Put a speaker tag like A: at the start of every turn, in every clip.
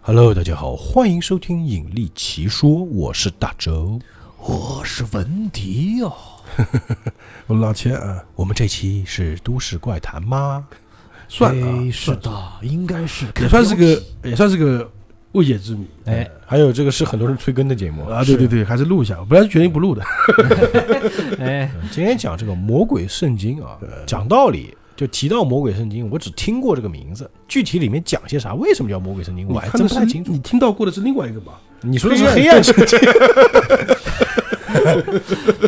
A: Hello，大家好，欢迎收听《引力奇说》，我是大周。
B: 我是文迪
C: 哦
B: 哟、
C: 我老钱啊，
A: 我们这期是都市怪谈吗？
C: 算啊，
B: 哎，是
C: 算
B: 的，应该是
C: 也算是个也算是个未解之谜
A: 哎，还有这个是很多人催更的节目
C: 啊。对对对，还是录一下，我本来是决定不录的。
B: 哎，
A: 嗯今天讲这个魔鬼圣经啊，讲道理就提到魔鬼圣经，我只听过这个名字，具体里面讲些啥，为什么叫魔鬼圣经，我还
C: 看
A: 真不
C: 的
A: 嗯
C: 是
A: 太清楚
C: 你。听到过的是另外一个吧？
A: 你说的是黑暗圣经。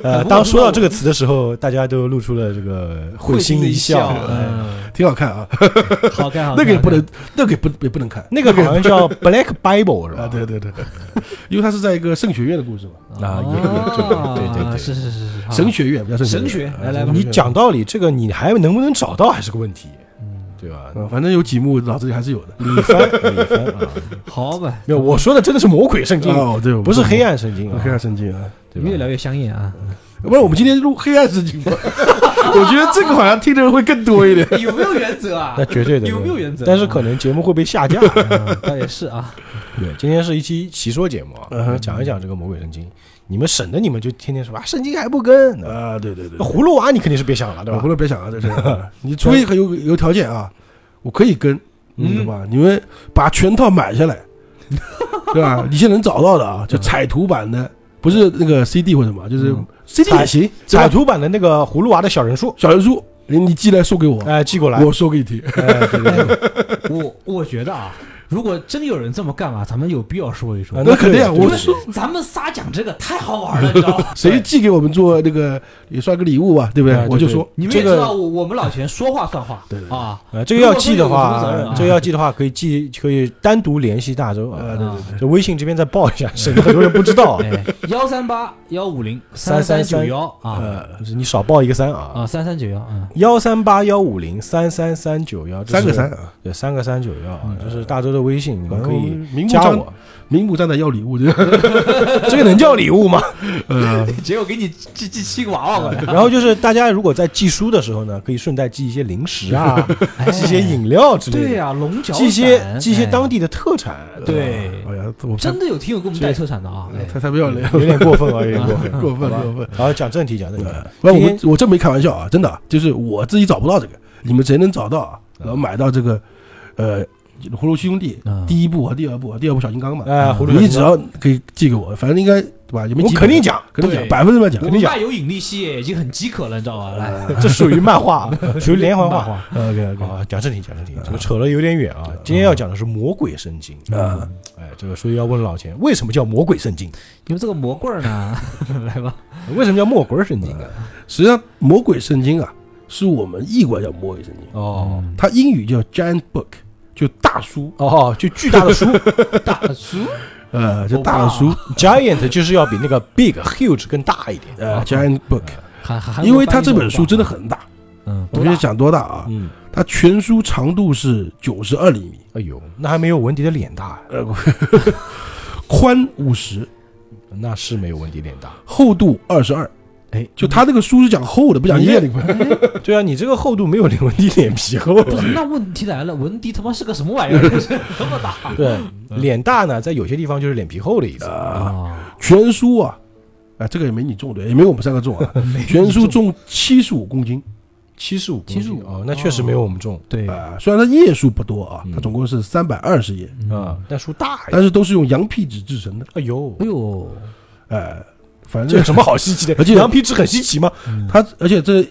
A: 呃，当说到这个词的时候，大家都露出了这个会心一笑。哎
B: 嗯，
C: 挺好看啊，
B: 好看好看，
C: 那个也不能，那个也不也不能看
A: 那个好像叫 Black Bible 是吧？
C: 啊。对对对， 因为它是在一个圣学院的故事嘛，
A: 啊也
B: 啊
A: 对对对
B: 是是是是，
C: 神学院比较圣
B: 啊神
C: 学
B: 学
C: 院，，
B: 来来吧，
A: 你讲道理，这个你还能不能找到还是个问题，对吧？
C: 啊，反正有几幕脑子里还是有的。
A: 李帆，李帆啊，
B: 好吧，
A: 没有，我说的真的是魔鬼圣经，
C: 哦，对，我
A: 不是黑暗圣经
C: 我
A: 啊，
C: 黑暗圣经啊，
A: 对吧
B: 越来越香艳啊，
C: 要不然我们今天录黑暗圣经吧。 我觉得这个好像听的人会更多 一点。
B: 有没有原则 啊
A: 那绝对的
B: 有没有原则
A: 但是可能节目会被下架。
B: 嗯倒也是啊，
A: 对，今天是一期奇说节目
C: 嗯
A: 啊，
C: 哼
A: 讲一讲这个魔鬼圣经。你们省的你们就天天说啊，圣经还不跟，那
C: 啊，对对对，
A: 葫芦娃你肯定是别想了，对
C: 我
A: 吧
C: 不？能别想啊，这是 你除非有有条件啊，我可以跟，
A: 嗯
C: 对吧？你们把全套买 下来，对吧？你现在能找到的啊，
A: 嗯
C: 就彩图版的，不是那个 CD 或者什么，就是
B: 嗯
C: CD 也行，
A: 彩
C: 对吧
A: 图版的那个葫芦娃的小人书，
C: 小人书，你你寄来送给我，
A: 哎，寄过来。
C: 我说给你听。
A: 哎对对对
B: 我我觉得啊，如果真有人这么干啊，咱们有必要说一说
A: 啊，
C: 那肯定啊，
A: 对对
C: 我
A: 对
C: 说
B: 咱们仨讲这个太好玩了，你知道 吗？
C: 谁寄给我们做那个也算个礼物吧，对不
A: 哎
C: 对？
A: 对
C: 我就
A: 对
C: 说
B: 你们
A: 这
B: 也
A: 个
B: 知道，我我们老钱说话算话，
C: 对对对
B: 啊，
A: 呃，这个要记的
B: 如果
A: 话
B: 说有什么责任啊，
A: 这个要记的话，可以记，可以单独联系大周啊。
C: 啊，对对对，哎
A: 这微信这边再报一下，省得很多人不知道。啊
B: 哎幺三八幺五零九
A: 333
B: 幺啊
A: 呃，就是你少报一个三啊。
B: 啊三三九幺嗯。
A: 幺三八幺五零三三三九幺，这
C: 三
A: 是
C: 个三，嗯啊，嗯
A: 对，三个三九幺啊，这是大周的微信，你们可以
C: 明目
A: 加
C: 张
A: 我。
C: 明目张胆要礼物，这个
A: 这个能叫礼物吗？
C: 呃，
B: 结果给你寄寄七个娃娃过来，
A: 然后就是大家如果在寄书的时候呢，可以顺带寄一些零食 啊，
C: 哎
A: 寄一些饮料之
B: 对
A: 类的，
B: 呀、龙角
A: 寄一些
B: 散
A: 寄一些
B: 哎
A: 当地的特产，
B: 对
C: 哎呀，我才
B: 真的有听友给我们带特产的啊，哎
C: 才才不要脸，
A: 有点过分啊，有点过 分。
C: 过分过分。
A: 好，讲正题，讲正题。
C: 不，我
A: 嗯今天
C: 们我真没开玩笑啊，真的啊，就是我自己找不到这个，你们谁能找到啊？
A: 嗯
C: 然后买到这个，呃，《葫芦七兄弟》
B: 嗯
C: 第一部和第二部啊，第二部小金刚嘛，
A: 哎，葫芦小
C: 你
A: 金
C: 只
A: 刚
C: 要可以寄给我，反正应该对吧？有没有
A: 我
C: 几本？
A: 肯定 讲，
C: 肯定讲，
B: 对
C: 百分之百讲
B: 我。
A: 跟
B: 们
A: 你讲
B: 卖有引力系列已经很饥渴了，你知道吧？来，
A: 这属于漫 画，属于连环
B: 漫
A: 画。
B: 画，
C: OK OK
A: 啊，讲正题，讲正题，这个扯了有点远啊。今天要讲的是魔鬼圣经，
C: 啊，
A: 哎，这个所以要问老钱，为什么叫魔鬼圣经？
B: 因为这个魔棍儿呢，来吧，
A: 为什么叫魔鬼圣经啊？
C: 实际上《魔鬼圣经》啊，是我们译过来叫《魔鬼圣经》，
A: 哦
C: 它英语叫 Giant Book，就大书，
A: 哦，就巨大的书
B: 大叔，
C: 呃，就
A: 啊
C: 大书，
A: ，giant 就是要比那个 big huge 更大一点。
C: 呃，Giant Book，
B: 还还
C: 因为它这本书真的，很大，
B: 嗯，
C: 我
B: 多
C: 跟你
B: 大？
C: 讲多大啊？
A: 嗯，
C: 它全书长度是九十二厘米。
A: 哎呦，那还没有文迪的脸大，啊
C: 呃，宽五十，
A: 那是没有文迪脸大。
C: 厚度二十二。
A: 哎，
C: 就他这个书是讲厚的，不讲页的。
A: 对啊，你这个厚度没有 文迪脸皮厚。啊
B: 不是，那问题来了，文迪他妈是个什么玩意儿？这么大
A: 对，
C: 嗯
A: 脸大呢，在有些地方就是脸皮厚的意思。
B: 啊？
C: 全书啊，啊，这个也没你重的，也没我们三个重啊。全书重七十五公斤
A: 七十五，
B: 75
A: 哦，那确实没有我们重
B: 对，
C: 啊、虽然它页数不多啊
A: 嗯，
C: 它总共是三百二十页，
A: 啊，
C: 嗯
A: 但书大呀。
C: 但是都是用羊皮纸制成的。
A: 哎呦
B: 哎，呦，
C: 呃，反
A: 这
C: 正
A: 有什么好稀奇的？
C: 而且
A: 羊皮纸很稀奇吗？
C: 它，而且这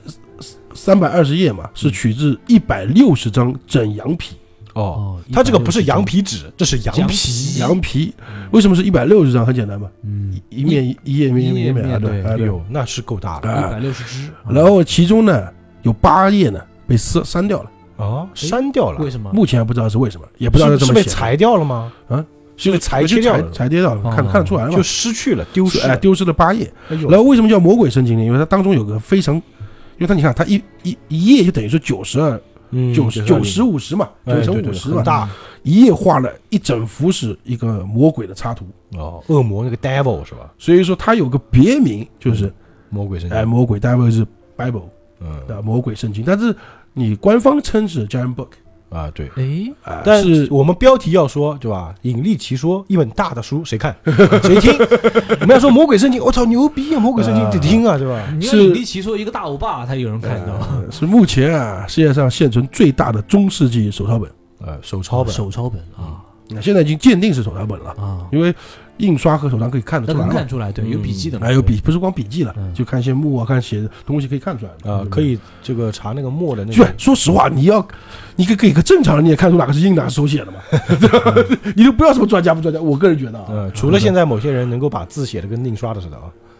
C: 三百二十页嘛，是取自一百六十张整羊皮。
A: 哦
B: 哦，
A: 它这个不是羊皮纸，这是羊
B: 羊
A: 皮
B: 皮。
C: 羊皮为什么是一百六十张？很简单嘛，
B: 嗯，
C: 一一面一页面一
B: 一页
C: 面面啊，
B: 面对
C: 啊
A: 哎呦，那是够大的
C: 啊
B: 一百六十只，
A: 嗯
C: 然后其中呢有八页呢被删删掉了，
A: 啊！删掉了，
B: 为什么？
C: 目前还不知道是为什么，也不知道
A: 嗯是
C: 这
A: 是
C: 么
A: 被
C: 写的
A: 裁掉了吗？
C: 啊，
A: 是被裁
C: 有些
A: 切掉
C: 裁
A: 了，
C: 裁切掉了，看
B: 哦
C: 看得出来了嘛
A: 就，失去了，丢失
C: 哎
A: 了。
C: 丢失了八页。
A: 哎呦
C: 然后为什么叫魔鬼圣经呢？因为它当中有个非常，因为它你看它一一一页就等于是九十二
A: 嗯
C: 九十九十五十嘛，
A: 哎
C: 九乘
A: 对对
C: 五
A: 对
C: 十
A: 很
C: 嘛，
A: 大
C: 一页画了一整幅是一个魔鬼的插图，
A: 哦，恶魔那个 devil 是吧？
C: 所以说它有个别名
A: 嗯
C: 就是
A: 魔鬼神
C: 哎
A: 经，
C: 魔鬼大卫是 Bible
A: 嗯
C: 的魔鬼圣经，但是你官方称是 Giant Book。
A: 啊，对。
B: 哎，
C: 啊，
A: 但
C: 是
A: 我们标题要说，对吧？引力奇说，一本大的书，谁看谁听？ 我们要说魔鬼圣经，我操，牛逼啊！魔鬼圣经
C: 啊
A: 得听啊，对吧？
B: 你看
C: 是
B: 李立奇说一个大欧巴，他有人看，你知道吗？
C: 呃是目前啊世界上现存最大的中世纪手抄本，
A: 呃，手抄本，
B: 手抄本啊
C: 那现在已经鉴定是手抄本了，
B: 啊，
C: 因为印刷和手抄可以看得
B: 那
C: 出来
B: 能
C: 了
B: 看。出来，对，
A: 嗯
B: 有笔记的嘛，
C: 还啊哎有笔，不是光笔记了，
B: 嗯
C: 就看一些墨啊，看写的东西可以看出来 的
A: 啊，可。以这个查那个墨的那
C: 就
A: 个，
C: 说实话，你要，你给给个正常人，你也看出哪个是印，哪个是手写的 嘛？你就不要什么专家不专家，我个人觉得啊，
A: 呃，除了现在某些人能够把字写的跟印刷的似的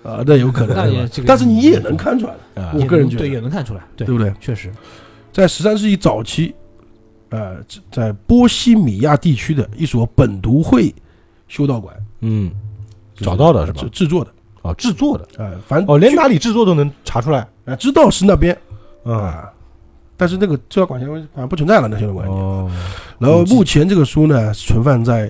A: 啊，
C: 啊，那有可能
B: 嗯那也
C: 对吧
B: 这个
C: 但是你也能看出来的，
A: 啊
C: 我
B: 也能，
C: 个人觉得
B: 对也能看出来，对
C: 对，不对？
B: 确实，
C: 在十三世纪早期，呃，在波西米亚地区的一所本笃会修道馆
A: 嗯，
C: 就是
A: 找到的是吧
C: 制制作的，
A: 啊，制作的，
C: 呃，反正
A: 哦，连哪里制作都能查出来，
C: 呃知道是那边
A: 啊，
C: 啊，但是那个修道馆现在好像不存在了，那修道馆。
A: 哦，
C: 然后目前这个书呢，存放在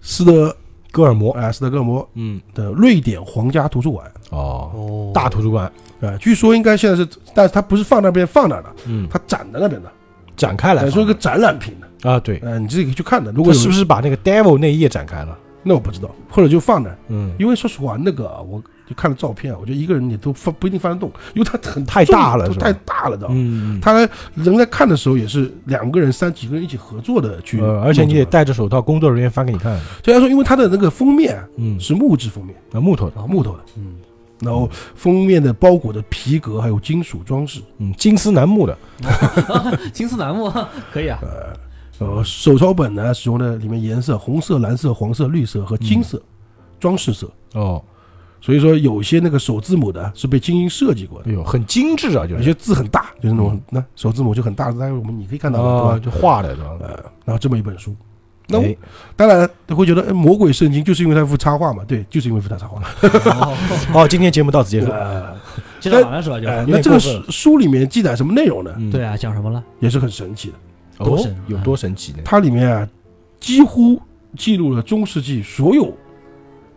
C: 斯德
A: 戈尔摩，
C: 啊、斯德哥尔摩
A: 嗯，
C: 的瑞典皇家图书馆。
A: 哦，
B: 哦
A: 大图书馆，
C: 啊，据说应该现在是，但是它不是放那边放那的，
A: 嗯，
C: 它展在那边的，
A: 展开来
C: 呃
A: 放，
C: 说一个展览品的，
A: 啊，对，
C: 呃，你自己可以去看的。如
A: 如
C: 果
A: 果
C: 有
A: 是不是把那个 devil 那一页展开了？
C: 那我不知道，或者就放那儿，
A: 嗯，
C: 因为说实话，那个啊我就看了照片啊，我觉得一个人你都翻不一定翻得动，因为它很
A: 太
C: 重
A: 大了
C: 都
A: 是吧
C: 太大了的。
A: 嗯，
C: 他人在看的时候也是两个人、三几个人一起合作的去弄这个，
A: 呃，而且你得戴着手套，工作人员翻给你看，
C: 虽然说，因为它的那个封面啊
A: 嗯，
C: 是木质封面，
A: 啊，木头的，
C: 啊，木头的，
B: 嗯，
C: 然后封面的包裹着皮革还有金属装饰，
A: 嗯，金丝楠木的，
B: 金丝楠木可以啊，
C: 呃，手抄本呢使用的里面颜色红色、蓝色、黄色、绿色和金色，
A: 嗯
C: 装饰色。
A: 哦，
C: 所以说有些那个首字母的是被精心设计过的，
A: 哎呦，很精致啊，就
C: 有
A: 是
C: 些字很大，就是那
A: 嗯
C: 种那首字母就很大，但是我们你可以看到的，
A: 啊，
C: 对
A: 就
C: 吧？
A: 画的，对吧？
C: 呃，然后这么一本书，那我
A: 哎
C: 当然他会觉得哎魔鬼圣经就是因为它一幅插画嘛，对，就是因为一幅插画。
B: 哦
A: 哦，今天节目到此结束，
C: 呃，
B: 介绍完了是吧？就
A: 有
C: 哎那
A: 点
C: 这个
A: 过分
C: 书书里面记载什么内容呢？
A: 嗯
B: 对，啊，讲什么了？
C: 也是很神奇的，
A: 哦
B: 多神，
A: 有多神奇呢？
C: 它里面啊几乎记录了中世纪所有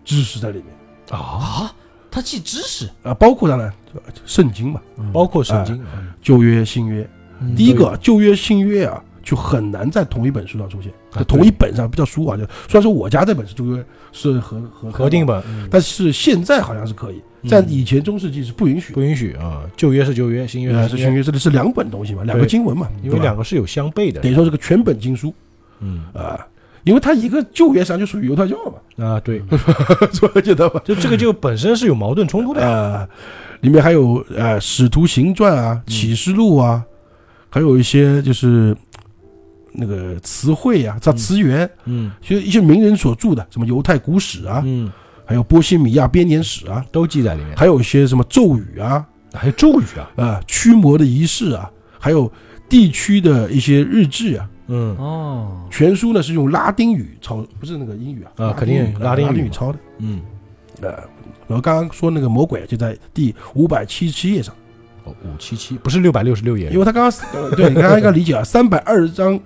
C: 知识在里面。
A: 啊，
B: 啊，他记知识，
C: 啊，包括当然呃圣经嘛，
A: 包括圣经，啊
C: 旧约、新约。
B: 嗯
C: 第一个，旧约、新约啊，就很难在同一本书上出现，
A: 啊
C: 就同一本上不叫书啊。就虽然说我家这本是旧约是合合
A: 核定
C: 本，
A: 本嗯
C: 但是现在好像是可以，在以前中世纪是不允许
A: 不。允许啊，旧约是旧约，新约
C: 呃，
A: 是
C: 是新
A: 新约，
C: 约，这里是两本东西嘛，两个经文嘛，
A: 因为
C: 对吧
A: 两个是有相悖的
C: 等，于说是个全本经书
A: 嗯
C: 啊。因为它一个旧约实际上就属于犹太教 嘛，
A: 啊，对，
C: 所以知道吧？
A: 就这个就本身是有矛盾冲突的，
C: 呃，里面还有呃《使徒行传》啊，《启示录》啊，还有一些就是那个词汇啊，它词源，
A: 嗯
C: 就是一些名人所著的，什么犹太古史啊，
A: 嗯，
C: 还有波西米亚编年史啊，
A: 都记在里面，
C: 还有一些什么咒语啊，
A: 还有咒语啊，
C: 啊、驱魔的仪式啊，还有地区的一些日志啊。
A: 嗯
B: 哦，
C: 全书呢是用拉丁语抄，不是那个英语啊，
A: 啊肯定
C: 拉
A: 拉丁语
C: 语拉丁语
A: 嘛
C: 抄的。
A: 嗯，
C: 呃，然后刚刚说那个魔鬼就在第五百七十七页上。
A: 哦，五七七不是六百六十六页
C: 因，为他刚刚、呃、对你刚刚应该理解啊，三百二十张，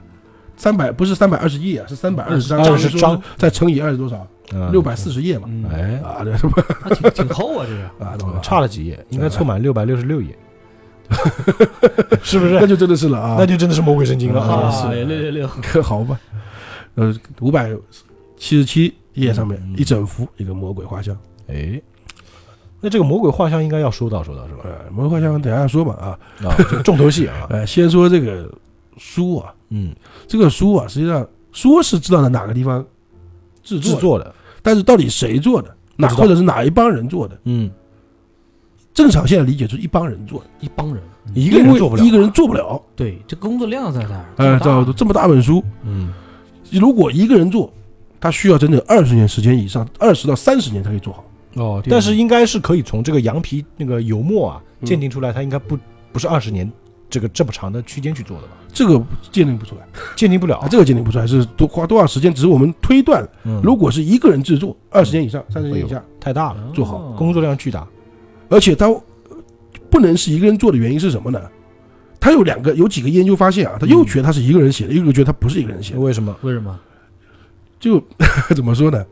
C: 三百不是三百二十页啊，是三百二十张，
A: 20张
C: 再乘以二是多少？
A: 嗯
C: 六百，四十页嘛。
B: 嗯，
A: 哎，
C: 啊，对吧？
B: 他挺挺厚啊，这个。
C: 啊，懂了，
A: 差了几页，应该凑满六百六十六 页，是不是
C: 那？就真的是了啊，
A: 那就真的是魔鬼神经了
C: 啊
A: 啊！
B: 啊，
C: 是
B: 六六六，
C: 可好吧？呃，五百七十七页上面
A: 嗯
C: 一整幅一个魔鬼画像，
A: 哎，那这个魔鬼画像应该要说到说到是吧？
C: 呃，魔鬼画
A: 嗯
C: 像等一下说吧啊，
A: 啊，就 重头戏啊，
C: 呃，先说这个书啊，
A: 嗯，
C: 这个书啊，实际上说是知道在哪个地方制
A: 嗯制
C: 作，
A: 作的，
C: 但是到底谁做的，哪
A: 不知道
C: 或者是哪一帮人做的，
A: 嗯，
C: 正常现在理解就是一帮人做的，
B: 一帮人，嗯
A: 一个人
C: 因为
A: 做不了，
C: 一个人做不了，
B: 对，这工作量在那儿，
C: 呃，
B: 这
C: 这
B: 么
C: 这么大本书，
A: 嗯，
C: 如果一个人做，他需要整整二十年时间以上，二十到三十年才可以做好。
A: 哦，但是应该是可以从这个羊皮那个油墨啊鉴定出来，它应该不不是二十年这个这么长的区间去做的吧？
C: 这个鉴定不出来
A: 鉴定不了
C: 啊，，这个鉴定不出来是多花多少时间，只是我们推断。
A: 嗯
C: 如果是一个人制作，二十年以上、三十年以下，
A: 太大了，
B: 大
C: 做好
B: 哦
A: 工作量巨大，
C: 而且他呃不能是一个人做的原因是什么呢？他有两个，有几个研究发现啊，他又觉得他是一个人写的，又觉得他不是一个人写的，
A: 为什么？
B: 为什么？
C: 就 怎么说呢？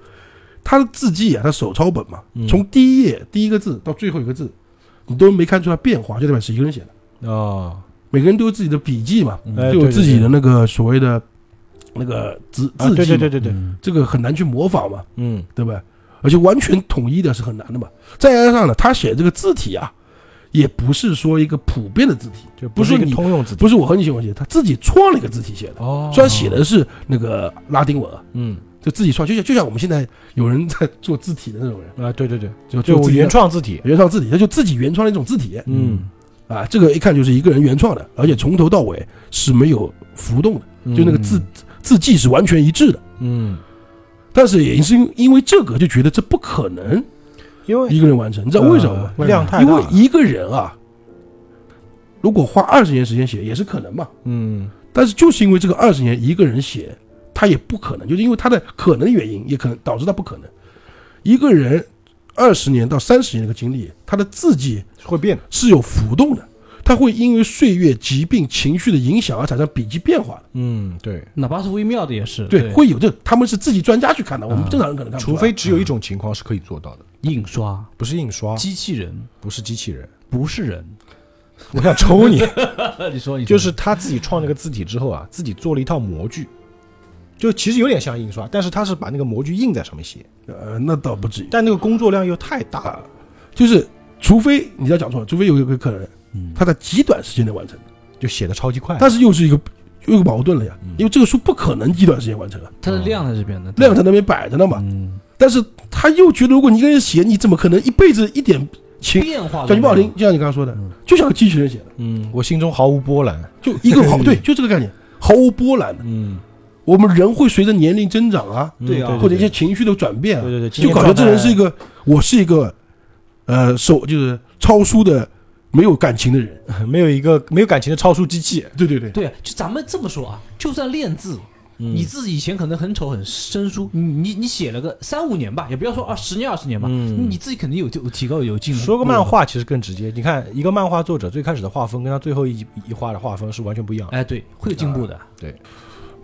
C: 他的字迹啊，他手抄本嘛，
A: 嗯
C: 从第一页第一个字到最后一个字，你都没看出来变化，就代表是一个人写的。
A: 哦，
C: 每个人都有自己的笔记嘛，
B: 嗯
A: 哎
C: 都
A: 对
C: 有
A: 对
C: 自己的那个所谓的那个字
A: 啊，
C: 字
A: 对
C: 迹
A: 对
C: 嘛，
A: 对对对，
B: 嗯
C: 这个很难去模仿嘛，
A: 嗯，
C: 对吧？而且完全统一的是很难的嘛。再加上呢，他写这个字体啊，也不是说一个普遍的字体，
A: 就
C: 不
A: 不是
C: 是
A: 一个
C: 你
A: 通用字体
C: 不是我和你喜欢写，他自己创了一个字体写的。
A: 哦
C: 虽然写的是那个拉丁文啊，
A: 嗯
C: 就自己创，就像就像我们现在有人在做字体的那种人，
A: 啊，对对对，
C: 就
A: 就
C: 做自己的
A: 原创字体，
C: 原创字体，他就自己原创了一种字体
A: 嗯，
C: 啊，这个一看就是一个人原创的，而且从头到尾是没有浮动的，就那个字字迹是完全一致的。
A: 嗯，
C: 但是也是因因为这个就觉得这不可能
A: 因为
C: 一个人完成，你知道为什么吗？
A: 呃量太
C: 因
A: 大
C: 为
A: 了，
C: 一个人啊，如果花二十年时间写也是可能嘛，
A: 嗯
C: 但是就是因为这个二十年一个人写，他也不可能，就是因为他的可能原因，也可能导致他不可能。一个人二十年到三十年的经历，他的字迹
A: 会变的，
C: 是有浮动的，他会因为岁月、疾病、情绪的影响而产生笔迹变化的。
A: 嗯对，
B: 哪怕是微妙的也是，
C: 对，会有这，他们是自己专家去看的，我们
B: 啊
C: 正常人可能看不出
A: 除
C: 来。
A: 非只有一种情况是可以做到的，
B: 印刷
C: 啊
A: 不是印刷，
B: 嗯机器人
A: 不是机器人，
B: 不是 人，
A: 我想抽你，
B: 你说 你说
A: 就是他自己创那个字体之后啊，自己做了一套模具。就其实有点像印刷，但是他是把那个模具印在上面写，
C: 呃，那倒不至于。
A: 但那个工作量又太大了。
C: 啊，就是除非你要讲错了，除非有一个客人
B: 嗯
C: 他在极短时间内完成，
A: 就写的超级快。
C: 但是又是一个又有一个矛盾了呀，
B: 嗯
C: 因为这个书不可能极短时间完成啊，
B: 它的量在这边的
C: 量在那边摆着呢嘛。
B: 嗯
C: 但是他又觉得，如果你一个人写，你怎么可能一辈子一点情？
B: 变化
C: 讲
B: 都
C: 句不好
B: 没有
C: 听，，就像你刚刚说的
B: 嗯，
C: 就像个机器人写的，
A: 嗯，我心中毫无波澜。
C: 就一 个好对，就这个概念，毫无波澜的。
A: 嗯，
C: 我们人会随着年龄增长啊，
B: 对啊
C: 或者一些情绪的转变啊，
A: 对对对
C: 就搞得这人是一个，我是一个，呃，手就是超书的，没有感情的人。
A: 没有一个没有感情的超速机器。
C: 对对对，
B: 对，就咱们这么说啊，就算练字，
A: 嗯
B: 你自己以前可能很丑很生疏，你你你写了个三五年吧，也不要说啊十年二十年吧，
A: 嗯
B: 你自己肯定有有提高有进
C: 嗯
B: 步。
A: 说个漫，画其实更直接，你看一个漫画作者最开始的画风跟他最后一一画的画风是完全不一样的。
B: 哎，对，会有进步的。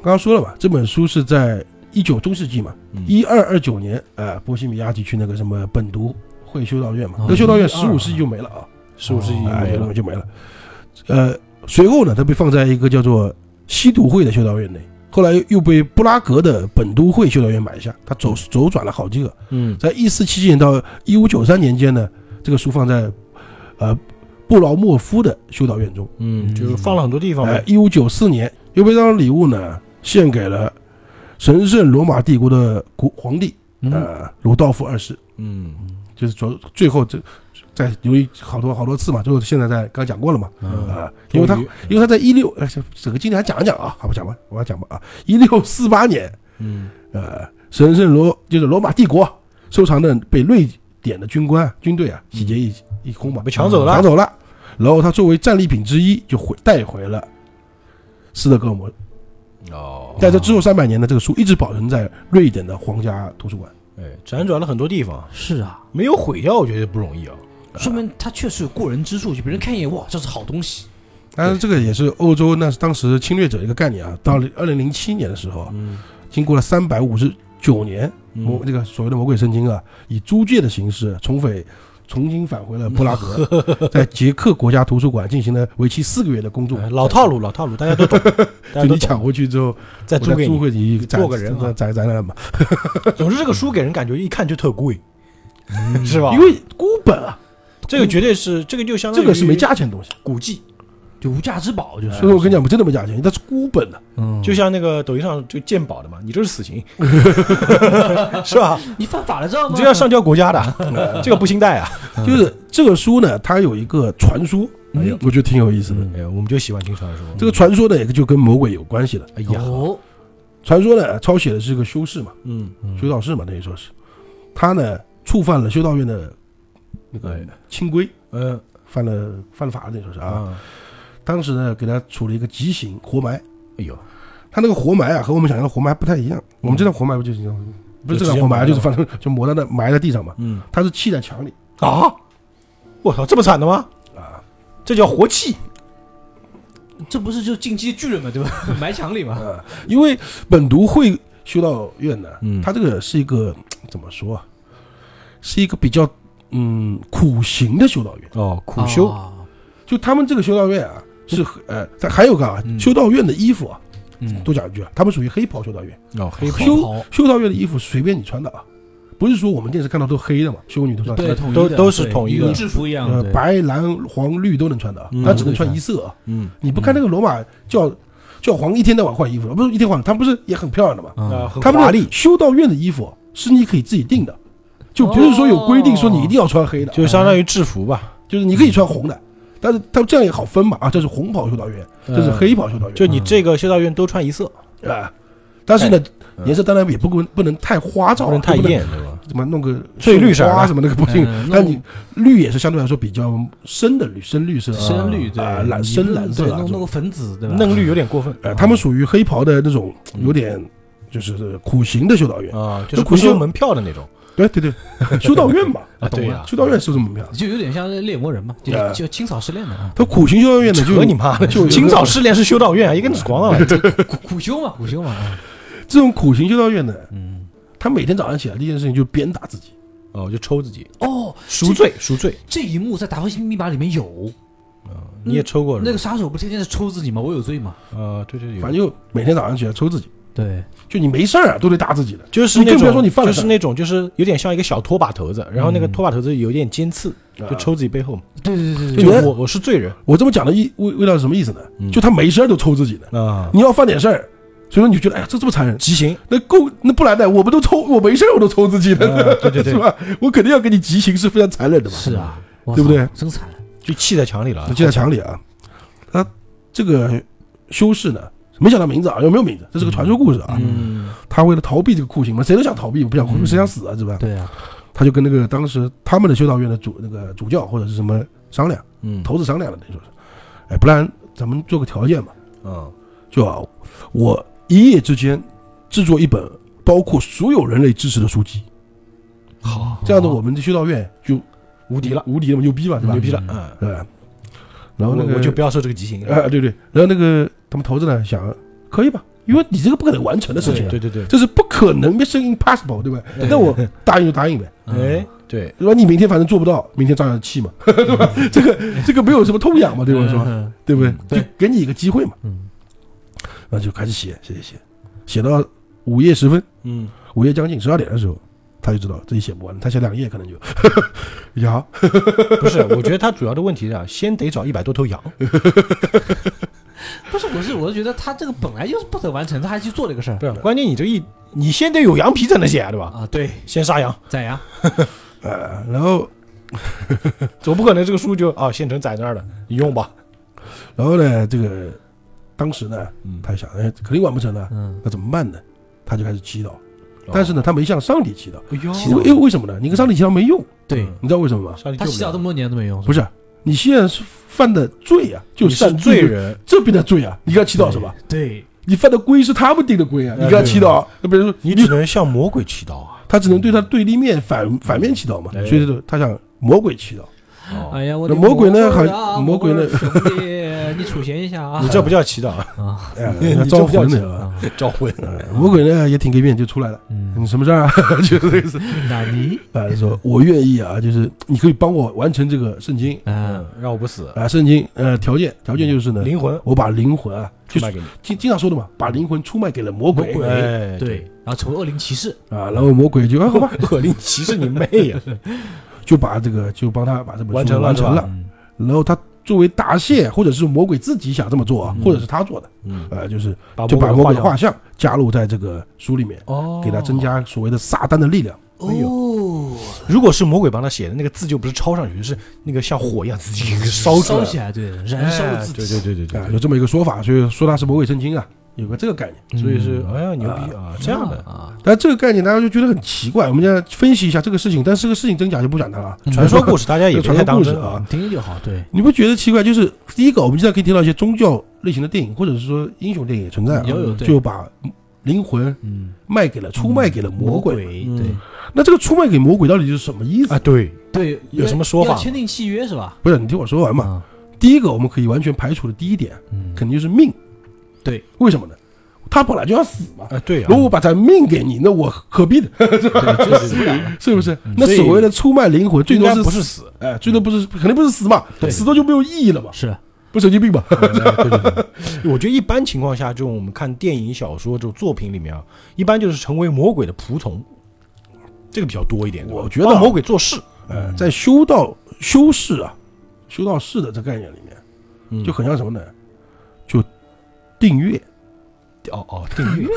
C: 刚刚说了嘛，这本书是在一九中世纪嘛
A: 嗯，
C: 一二二九年，呃，波西米亚地区那个什么本笃会修道院嘛
B: 哦，
C: 那修道院十
B: 12
C: 五世纪就没了啊，
A: 是不是已经
C: 哎
A: 没了？
C: 就没了。呃，随后呢，他被放在一个叫做西土会的修道院内，后来又被布拉格的本都会修道院买下，他走走转了好几个。
A: 嗯
C: 在一四七七年到一五九三年间呢，这个书放在呃布劳莫夫的修道院中。
A: 嗯，就是放了很多地方
C: 哎
A: 呗，。
C: 一五九四年又被当成礼物呢献给了神圣罗马帝国的国皇帝
B: 嗯，
C: 呃鲁道夫二世，
A: 嗯
C: 就是最最后这在由于好多好多次嘛，最后现在在刚讲过了嘛
A: 嗯
C: 啊、因为他
A: 终于
C: 因为他在一六呃这整个经历还讲一讲啊，好吧讲吧，我要讲吧啊，一六四八年
A: 嗯
C: 呃神圣罗就是罗马帝国收藏的被瑞典的军官军队啊洗劫一一空嘛，
A: 被抢走了
C: 抢走了，然后他作为战利品之一就回带回了斯德哥尔摩。
A: 哦，
C: 在这之后三百年呢，这个书一直保存在瑞典的皇家图书馆。
A: 哎，辗转了很多地方，
B: 是啊，
A: 没有毁掉，我觉得不容易啊。
B: 说明他确实有过人之处，就别人看一眼，哇，这是好东西。
C: 当然，这个也是欧洲那是当时侵略者一个概念啊。到了二零零七年的时候啊，
A: 嗯，
C: 经过了三百五十九年，魔
A: 嗯
C: 这个所谓的魔鬼圣经啊，以租借的形式，从匪重新返回了布 拉格，在捷克国家图书馆进行了为期四个月的工作
A: 哎。老套，路，老套路，大家 都懂，大家
C: 就
A: 都
C: 你
A: 懂。
C: 抢回去之后，
A: 再
C: 我
A: 租给
C: 租
A: 你。
C: 给你
A: 做
C: 展
A: 个人啊
C: 展展展览嘛，
A: 总之，这个书给人感觉一看就特贵，是吧？
C: 嗯因为孤本啊，
A: 这个绝对是，这个就相当
C: 这
A: 于
C: 个是没价钱的东西。
A: 古迹，
B: 就无价之宝，
A: 哎
B: 就是
C: 所以我跟你讲，我真的没价钱，它是孤本啊的。
B: 嗯，
A: 就像那个抖音上就鉴宝的嘛，你这是死 刑，是吧？
B: 你犯法了，知道吗？
A: 你这要上交国家 的，这个不兴贷啊。
C: 就是这个书呢，它有一个传说，
A: 嗯
B: 哎呦
C: 我觉得挺有意思的。
A: 哎，我们就喜欢听传说。
C: 这个传说呢，也就跟魔鬼有关系了。
A: 哎呀，
B: 有
C: 传说呢，抄写的是一个修士嘛，
A: 嗯，
C: 修道士嘛，等于说是，他呢触犯了修道院的那个
A: 哎
C: 清规，
A: 嗯
C: 犯了犯了法了，等于说是啊。
A: 啊，
C: 当时呢，给他处了一个极刑活埋。
A: 哎呦，
C: 他那个活埋啊，和我们想象的活埋不太一样。我们这道活埋不就是这样不是
A: 就
C: 这
A: 直
C: 道
A: 接
C: 活埋，
A: 埋
C: 就是
A: 了
C: 反正就埋在那埋在地上嘛。
A: 嗯
C: 他是砌在墙里，
A: 啊，我操，这么惨的吗？
C: 啊，
A: 这叫活气。
B: 这不是就进击的巨人嘛， 对吧？埋墙里嘛，
C: 啊，因为本笃会修道院呢，
A: 嗯
C: 它这个是一个怎么说啊，是一个比较嗯苦行的修道院。
A: 哦，苦修，
B: 啊
C: 就他们这个修道院啊，是呃，它还有个啊，
B: 嗯
C: 修道院的衣服啊，
B: 嗯，
C: 多讲一句啊，他们属于黑袍修道院，
A: 哦，黑袍
C: 修
B: 袍
C: 修道院的衣服随便你穿的啊，不是说我们电视看到都黑的嘛，修女都穿
B: 对，
C: 的，
B: 统一
A: 都
B: 的
A: 都是
B: 对
A: 统一
B: 与
A: 的
B: 制服一样
C: 呃，
B: 对
C: 白蓝黄绿都能穿的啊，
A: 嗯
C: 但只能穿一色啊。
A: 嗯，
C: 你不看那个罗马教教皇一天到晚换衣服，不是一天换，他不是也很漂亮的嘛？
A: 啊，
B: 啊，
A: 很
C: 他们
A: 华
C: 那
A: 丽
C: 个，修道院的衣服是你可以自己定的，就不是说有规定说你一定要穿黑的，
A: 哦就相当于制服吧，
C: 就是你可以穿红的，但是他这样也好分嘛啊，这是红袍修道院，这是
A: 嗯哦
C: 黑袍修道院，
A: 就你这个修道院都穿一色，
C: 啊。但是呢，
B: 哎
A: 嗯
C: 颜色当然也不能不能太花哨啊，
A: 不能太
C: 不能
A: 艳，对吧？
C: 怎么弄个
A: 翠绿色的
C: 花什么那个不行
B: 啊嗯，
C: 但你绿也是相对来说比较深的绿，深绿色啊，
B: 深绿对
C: 啊，蓝
B: 你
C: 深
B: 不
C: 蓝
B: 能
C: 色
B: 对
C: 啊，这
B: 弄弄
C: 种
B: 个粉紫对吧？
A: 嫩绿有点过分
C: 呃，他们属于黑袍的那种有
B: 嗯
C: 点就是苦行的修道院，
A: 啊，就
C: 就是不
A: 不
C: 是
A: 收门票的 那种，
C: 对对 对，修道院嘛，
B: 啊，懂
A: 对
B: 了
A: 呀，
C: 修道院是这么样。
B: 就有点像猎魔人嘛，就
C: 呃
B: 就清扫失恋的啊，
C: 他苦行修道院呢，就
A: 扯你妈的！
C: 就有一个
A: 清早失恋是修道院，一根啊指光了，
B: 苦苦修嘛，苦修嘛，啊
C: 这种苦行修道院呢，
B: 嗯，
C: 他每天早上起来第一件事情就鞭打自己，
A: 哦，就抽自己，
B: 哦，
A: 赎罪，赎罪，
B: 这一幕在《达芬奇密码》里面有，
A: 你也抽过是吧
B: 那个杀手不天天在抽自己吗？我有罪吗？
A: 呃，对
B: 嗯
A: 对对，
C: 反正就每天早上起来抽自己，
B: 对，
C: 就你没事儿啊都得打自己的，
A: 就是
C: 你
A: 那
C: 更不
A: 种
C: 要说你犯了
A: 就是
C: 事儿嗯
A: 那种就是有点像一个小拖把头子，然后那个拖把头子有点尖刺，就抽自己背后嘛，
B: 对对对
A: 就
B: 对
C: 啊觉得
A: 我我是罪人
C: 我这么讲的意味味道是什么意思呢？
A: 嗯
C: 就他没事儿都抽自己的，
A: 啊，
C: 你要犯点事儿，所以说你就觉得哎呀这这么残忍，
A: 极刑，
C: 那够那不然呢？我们都抽，我没事儿我都抽自己的，
A: 啊对对对
C: 是吧？我肯定要给你极刑，是非常残忍的嘛。
B: 是，啊，哇
C: 对不对？
B: 真惨，
A: 就气在墙里了
C: 就，记在墙里啊。他这个修士呢，没想到名字啊，有没有名字？这是个传说故事啊。
A: 嗯，
C: 他为了逃避这个酷刑嘛，谁都想逃避，不想
B: 嗯
C: 谁想死啊，是吧？
B: 对啊，
C: 他就跟那个当时他们的修道院的主那个主教或者是什么商量，
A: 嗯，
C: 头子商量了，等于说是，哎，不然咱们做个条件吧，
A: 嗯，
C: 就啊，我一夜之间制作一本包括所有人类知识的书籍。
B: 好，
C: 这样的我们的修道院就
A: 无敌了，
C: 无敌了嘛，牛逼嘛，对
A: 哦
C: 吧？
A: 牛逼了，
B: 嗯
A: 嗯，
C: 对吧？然后那
A: 我
C: 个
A: 我就不要受这个极刑了，
C: 啊，对对，然后那个他们头子呢想，可以吧？因为你这个不可能完成的事情，
A: 对对对，
C: 这是不可能，mission impossible，对吧？
B: 对
C: 那我答应就答应呗，
A: 哎，对，
C: 嗯对吧？你明天反正做不到，明天照样气嘛， 对吧？这个这个没有什么痛痒嘛，对我
B: 嗯
C: 说，
B: 嗯
C: 对不对？
B: 对
C: 就给你一个机会嘛，
B: 嗯，
C: 然后就开始写写写写，写到午夜时分，
A: 嗯，
C: 午夜将近十二点的时候，他就知道自己写不完了，他写两页可能就， 呀，
A: 不是，我觉得他主要的问题是啊，先得找一百多 头羊，
B: 不是，我是我是觉得他这个本来就是不可完成，他还去做这个事儿
A: 不是，关键你这一你先得有羊皮才能写啊，对吧？
B: 啊，对，
A: 先杀羊，
B: 宰呀，
C: 呃，然后
A: 总不可能这个书就啊现成在那儿了，你用吧，
C: 然后呢，这个当时呢，
A: 嗯
C: 他想，哎，肯定完不成了，
B: 嗯，
C: 那怎么办呢？他就开始祈祷，
A: 哦
C: 但是呢，他没向上帝祈祷，
A: 哎呦，
C: 因为因为为什么呢？你跟上帝祈祷没用，
B: 对
A: 嗯
C: 你知道为什么吗？
A: 上帝
B: 他洗澡这么多年都没用，
C: 不
B: 是吧
C: 是，你现在是犯的罪啊，就
A: 你是
C: 犯
A: 罪，人，
C: 这边的罪啊，你跟他祈祷是吧？？
B: 对，
C: 你犯的规是他们定的规啊，
A: 哎
C: 你跟他祈祷，那比如说
A: 你只能向魔鬼祈祷啊！
C: 他只能对他对立面反反面祈祷嘛，
A: 哎
C: 所以说他想魔鬼祈祷，
A: 哦
B: 哎呀，我的
C: 那魔鬼呢
B: 啊
C: 还
B: 魔
C: 魔鬼呢
B: 兄弟，你处刑一下啊
A: 你！这不叫祈祷 啊，
B: 啊
C: 哎，
A: 你
C: 招
A: 这不叫
C: 魂
A: 祈
C: 的
A: 祷
C: 啊。
B: 啊，
A: 招魂。
C: 哎魔鬼呢也挺给面，就出来了。
B: 嗯，
C: 你什么事儿啊？ 就是类似，
B: 纳尼？
C: 啊，就说我愿意啊，就是你可以帮我完成这个圣经
B: 嗯
A: 嗯，，让我不死，
C: 啊，圣经呃条件条件就是呢，
A: 灵魂
C: 我把灵魂啊，嗯
A: 嗯出
C: 就是
A: 卖给你。
C: 经经常说的嘛，把灵魂出卖给了魔鬼
B: 魔鬼
A: 哎，
B: 对，，然后成为恶灵骑士，
C: 啊，然后魔鬼就啊好吧，
A: 恶灵骑士你妹呀！
C: 就把这个就帮他把这本书
A: 完成了
C: 完成
A: 是
C: 了，
B: 嗯
C: 然后他作为答谢，或者是魔鬼自己想这么做啊，
A: 嗯
C: 或者是他做的，
A: 嗯，
C: 呃，就是
A: 把
C: 就把魔
A: 魔
C: 鬼
A: 鬼
C: 的
A: 化
C: 画像加入在这个书里面，
A: 掉哦，
C: 给他增。加所谓的撒旦的力量。
A: 哎呦
B: 哦，
A: 如果是魔鬼帮他写的，那个字就不是抄上去，是那个像火一样自己给烧出
B: 烧
A: 来，
B: 起来，对，燃烧自己，
A: 哎对对对
C: 啊，
A: 对
C: 有这么一个说法，所以说他是魔鬼圣经啊，有个这个概念。
A: 对，所以是
B: 嗯
A: 哎呀牛逼啊，这样的
B: 啊，
C: 但这个概念大家就觉得很奇怪，我们现在分析一下这个事情，但是这个事情真假就不讲它了啊。
B: 嗯
A: 传说故事大家也
C: 这个
A: 别太
C: 传说
A: 当
C: 故事
A: 真
C: 啊，
B: 听听就好，对，
C: 你不觉得奇怪？就是第一个，我们经常可以听到一些宗教类型的电影，或者是说英雄电影也存在、啊，
B: 有有对
C: 就把灵魂
B: 嗯，
C: 卖给了出卖给了魔鬼。
B: 鬼，
A: 嗯
B: 对
C: 那这个出卖给魔鬼到底是什么意思？
A: 啊，对，
B: 对，
A: 有
B: 要
A: 什么说法
B: 要签订契约是吧？
C: 不是，你听我说完嘛。
B: 啊，
C: 第一个，我们可以完全排除的第一点，
B: 嗯，
C: 肯定就是命。
B: 对，
C: 为什么呢？他本来就要死嘛。
A: 啊对啊
C: 如，果我把咱命给你，那我何必呢？
B: 对，就死不了了，
C: 是不是？
B: 嗯
C: 那
A: 所以
C: 所谓的出卖灵魂，最多
A: 应该
C: 是
A: 不是死，嗯
C: 哎，最多不是肯定不是死嘛
B: 对，
C: 死了就没有意义了嘛。
B: 是，啊
C: 不是神经
A: 嗯
C: 病吧？
A: 我觉得一般情况下，这种我们看电影、小说这种作品里面啊，一般就是成为魔鬼的仆从，这个比较多一点。对吧
C: 我觉得啊
A: 帮魔鬼做事，
C: 呃，在修道修士啊，修道士的这概念里面，
A: 嗯
C: 就很像什么呢？就订阅，
A: 哦哦，订阅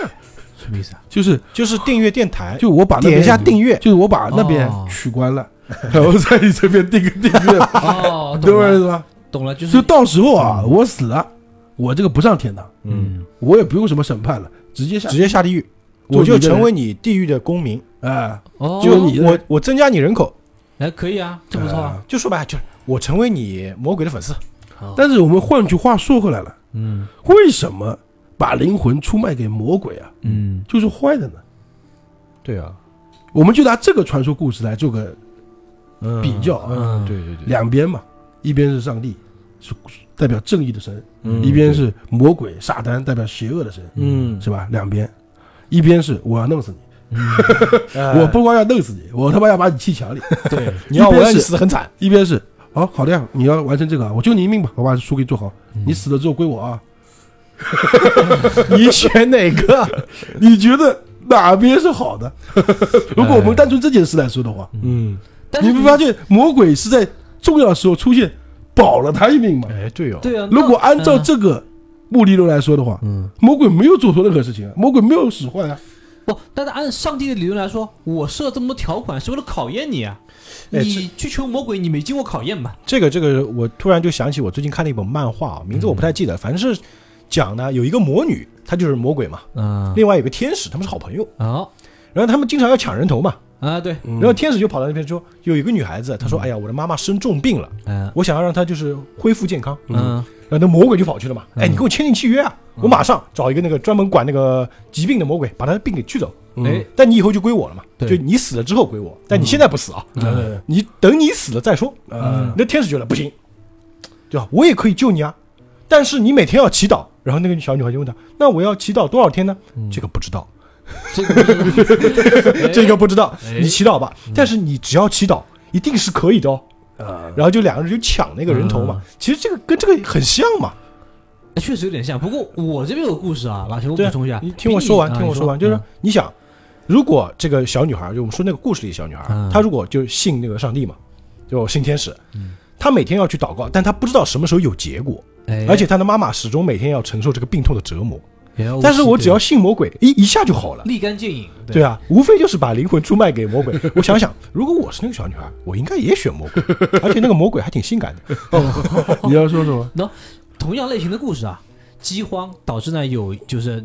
B: 什么意思啊？
C: 就是
A: 就是订阅电台，
C: 就我把那
A: 哎点一
C: 边
A: 下订 阅，
C: 就是我把那边
B: 哦
C: 取关了，然后在你这边订个订阅，
B: 哦，
C: 对不
B: 懂
C: 对？
B: 了，
C: 是吧？
B: 懂了，就
C: 就是到时候啊，我死了，我这个不上天堂，
A: 嗯，
C: 我也不用什么审判了，直接下
A: 直接下地狱，
C: 就
A: 我就
C: 一个人
A: 成为你地狱的公民，
C: 哎，
B: 哦，
C: 就你的
A: 我我增加你人口，
B: 哎可以啊，这不错啊，
A: 就说白了就是我成为你魔鬼的粉丝，
B: 好
C: 但是我们换句话说回来了，
B: 嗯
C: 为什么把灵魂出卖给魔鬼啊，
B: 嗯
C: 就是坏的呢？
A: 对啊，
C: 我们就拿这个传说故事来做个
A: 嗯
C: 比较啊，
A: 嗯，对对对，
C: 两边嘛，一边是上帝，是代表正义的神；
A: 嗯
C: 一边是魔鬼撒旦，代表邪恶的神，
A: 嗯
C: 是吧？两边，一边是我要弄死你，
A: 哎
C: 我不光要弄死你，我他妈要把你砌墙里；
B: 对，
A: 你要
C: 一
A: 我
C: 边
A: 要你
C: 是
A: 死的很惨，
C: 一边是哦，好的呀，你要完成这个啊，我救你一命吧，我把书给你做好，你死了之后归我啊。
A: 你选哪个？
C: 你觉得哪边是好的？ 如果我们单纯这件事来说的话，
A: 嗯，
B: 但
C: 哎你
B: 是
C: 会发现魔鬼是在重要的时候出现，保了他一命嘛。
A: 哎，对哦，
B: 对啊，那
C: 如果按照
B: 嗯
C: 这个目的论来说的话，
B: 嗯
C: 魔鬼没有做错任何事情啊，魔鬼没有使坏啊。
B: 不，但是按上帝的理论来说，我设这么多条款是为了考验你啊！
A: 哎
B: 你去求魔鬼，你没经过考验吧？
A: 这个这个，我突然就想起我最近看了一本漫画，啊名字我不太记得，反正是讲呢有一个魔女，她就是魔鬼嘛，
B: 嗯，
A: 另外有个天使，他们是好朋友，
B: 好
A: 然后他们经常要抢人头嘛，
B: 啊，对，
C: 然
A: 然后天使就跑到那边说，有一个女孩子，她说，哎呀，我的妈妈生重病了，
B: 嗯
A: 我想要让她就是恢复健康，
B: 嗯
A: 然后那魔鬼就跑去了嘛，哎，
B: 嗯
A: 你给我签订契约啊，我马上找一个那个专门管那个疾病的魔鬼，把他的病给去走，
B: 哎，
A: 但你以后就归我了嘛，
B: 对
A: 就你死了之后归我，但你现在不死啊，
C: 嗯
A: 你等你死了再说，
C: 呃，
A: 那天使觉得不行，对吧？我也可以救你啊，但是你每天要祈祷。然后那个小女孩就问他：“那我要祈祷多少天呢？”
B: 嗯
A: 这个不知道，
B: 这个
A: 这个不知道，
B: 哎
A: 你祈祷吧。但是你只要祈祷，一定是可以的哦。
B: 嗯
C: 啊，
A: 然后就两个人就抢那个人头嘛。其实这个跟这个很像嘛。
B: 哎确实有点像。不过我这边有个故事啊，老秦，我
A: 对
B: 补
A: 啊
B: 充一下，
A: 你听我说完，
B: 比你啊
A: 听我
B: 你
A: 说完，就是说你想，如果这个小女孩，就我们说那个故事里的小女孩
B: 嗯，
A: 她如果就信那个上帝嘛，就信天使，
B: 嗯
A: 她每天要去祷告，但她不知道什么时候有结果，
B: 哎
A: 而且她的妈妈始终每天要承受这个病痛的折磨。
B: 哎
A: 但是我只要信魔鬼，一一下就好了。
B: 立竿见影，
A: 对啊，无非就是把灵魂出卖给魔鬼。 我想想，如果我是那个小女孩，我应该也选魔鬼， 而且那个魔鬼还挺性感的。
C: 你要说什么？
B: 同样类型的故事啊，饥荒导致呢有就是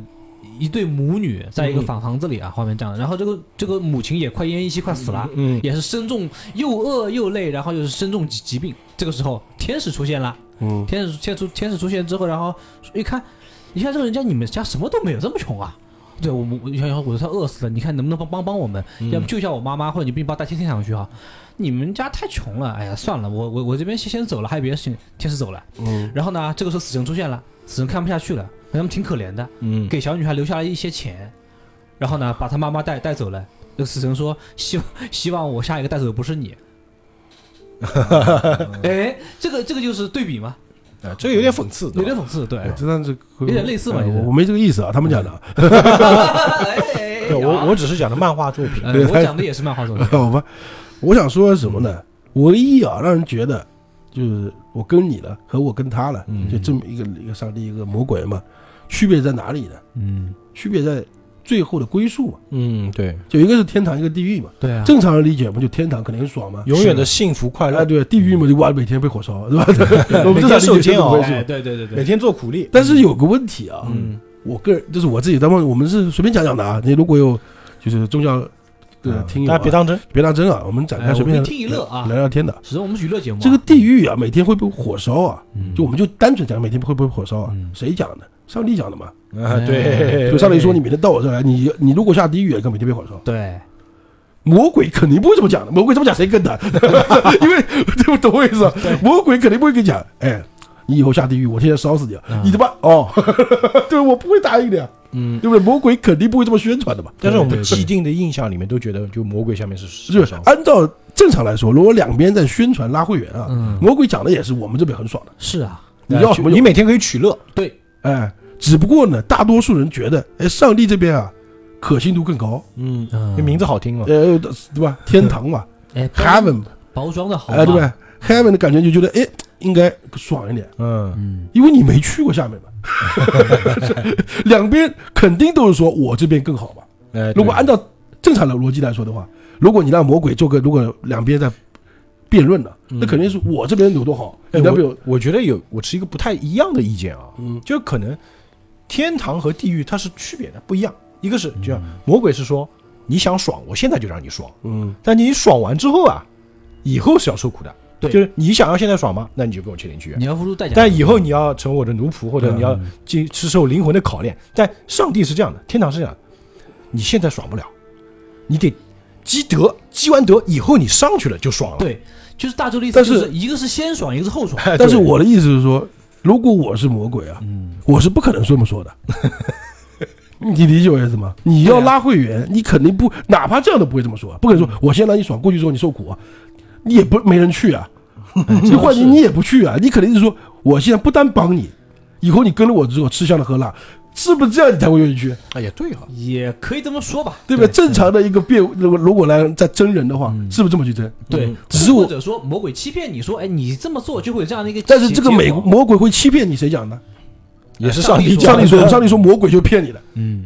B: 一对母女在
A: 嗯
B: 一个farm 房子里啊，画面这样，然后这个这个母亲也快奄奄一息，快死了，
A: 嗯，
B: 也是身重又饿又累，然后又是身重疾疾病。这个时候天使出现了，
C: 嗯，
B: 天使天出天使出现之后，然后一看，一看这个人家你们家什么都没有，这么穷啊？对我我想想，我都快饿死了，你看能不能帮帮帮我们？
A: 嗯
B: 要不救一下我妈妈，或者你并把我带天天堂去啊？你们家太穷了，哎呀，算了，我我我这边先先走了，还有别的事情，天使走了。
C: 嗯，
B: 然后呢，这个时候死神出现了，死神看不下去了，他们挺可怜的，
A: 嗯
B: 给小女孩留下了一些钱，然后呢，把她妈妈带带走了。这个死神说：“希望希望我下一个带走的不是你。哎，这个这个就是对比嘛，
A: 啊这个有点讽刺，
B: 有
A: 对吧
B: 点讽刺，
A: 哎
B: 对。
C: 这样子有
B: 有点类似嘛就是
C: 哎我我没这个意思啊，他们讲的啊，
B: 哎
A: 对我我只是哎讲的漫画作品。
B: 呃我讲的也是漫画
A: 嗯
B: 作品
C: 好吧？我想说什么呢？唯一啊，让人觉得就是我跟你了和我跟他了，
A: 嗯
C: 就这么一个一个上帝一个魔鬼嘛，区别在哪里呢？
B: 嗯，
C: 区别在最后的归宿嘛，
A: 嗯，对，
C: 就一个是天堂，一个地狱嘛。
B: 对啊，
C: 正常人理解不就天堂肯定很爽嘛，
A: 永远的幸福快
C: 啊
A: 乐，
C: 对，地狱嘛就哇每天被火烧 是吧？我们
A: 每
C: 正
A: 天
C: 常理解
A: 受
C: 就是
A: 煎
C: 这么
A: 熬
C: 回事
B: 哎，对对对
A: 每
B: 对，
A: 天做苦力。
C: 但是有个问题啊，
A: 嗯
C: 我个人就是我自己，当然我们是随便讲讲的啊。你如果有就是宗教的
A: 嗯
C: 听友
A: 大
C: 啊，
A: 家别当真。
C: 别当真啊，我们展开
B: 哎
C: 随便
B: 我们听一乐啊
C: 聊聊天的。
B: 始终我们是娱乐节目啊，
C: 这个地狱啊，每天会不会火烧啊？
B: 嗯
C: 就我们就单纯讲每天会不会火烧啊
B: 嗯？
C: 谁讲的？上帝讲的嘛。
A: 啊，
B: 哎
A: 对，
C: 就上帝说你每天到我这儿来，你你如果下地狱，也跟每天被火烧。
B: 对，
C: 魔鬼肯定不会这么讲的， 魔鬼这么讲谁跟他？因为这懂我意思啊？魔鬼肯定不会跟你讲，哎，你以后下地狱，我现在烧死你啊，
B: 嗯
C: 你他妈哦， 对，我不会答应的呀，
A: 嗯。
C: 对不对？魔鬼肯定不会这么宣传的嘛。
A: 但是我们
B: 对对对
A: 既定的印象里面都觉得，就魔鬼下面是
C: 就
A: 受
C: 是
A: 伤。
C: 按照正常来说，如果两边在宣传拉会员啊，
B: 嗯
C: 魔鬼讲的也是我们这边很爽的，
B: 是啊，
C: 你要什么
A: 你
C: 有？
A: 每天可以取乐，
B: 对，
C: 哎，只不过呢，大多数人觉得，哎，上帝这边啊，可信度更高，
A: 嗯，
B: 嗯
A: 这名字好听嘛，
C: 呃，对吧？天堂嘛
B: 哎
C: ，heaven 嘛，
B: 包装的好
C: 哎，对
B: 嘛，
C: 吧？heaven 的感觉就觉得，哎，应该爽一点，
A: 嗯，
B: 嗯，
C: 因为你没去过下面嘛， 两边肯定都是说我这边更好嘛。
A: 哎，
C: 如果
A: 对
C: 按照正常的逻辑来说的话，如果你让魔鬼做个，如果两边在辩论了，那
A: 嗯
C: 肯定是我这边有多好，
A: 哎
C: 你那边有
A: 我，我觉得有，我持一个不太一样的意见啊，
C: 嗯
A: 就可能天堂和地狱它是区别的，不一样。一个是就像魔鬼是说你想爽，我现在就让你爽，
C: 嗯
A: 但你爽完之后啊，以后是要受苦的。
B: 对
A: 就是你想要现在爽吗？那你啊就跟我签订契约
B: 你。要付出代价。
A: 但以后你要成为我的奴仆，或者你要经吃受灵魂的考验。但上帝是这样的，天堂是这样的，你现在爽不了，你得积德，积完德以后你上去了就爽了。，
B: 对，就是大周的意思，
C: 但
B: 就是是一个是先爽，一个是 后爽。
A: 哎
C: 但是我的意思是说，如果我是魔鬼啊，
B: 嗯，
C: 我是不可能这么 说的。你理解我意思吗？
A: 啊
C: 你要拉会员，你肯定不，哪怕这样都不会这么说，不可
A: 嗯
C: 能说我先让你爽，过去之后你受苦啊，你也不没人去啊，
A: 哎
C: 你换你你也不去啊，你肯定是说我现在不单帮你，以后你跟了我之后吃香的喝辣，是不是这样你才会愿意去？
A: 哎呀，对哈、
B: 也可以这么说吧。
C: 对不对？正常的一个辩，如果如果来在真人的话，是不是这么去争？
B: 对，嗯
C: 只是
B: 或
C: 我，
B: 者说魔鬼欺骗你说，哎，你这么做就会有这样的一个结。
C: 但是这个
B: 结
C: 美
B: 果
C: 魔鬼会欺骗你，谁讲的？
A: 也是上帝讲
C: 上
B: 上
A: 的嗯啊
C: 帝说，上帝说魔鬼就骗你的，
B: 嗯，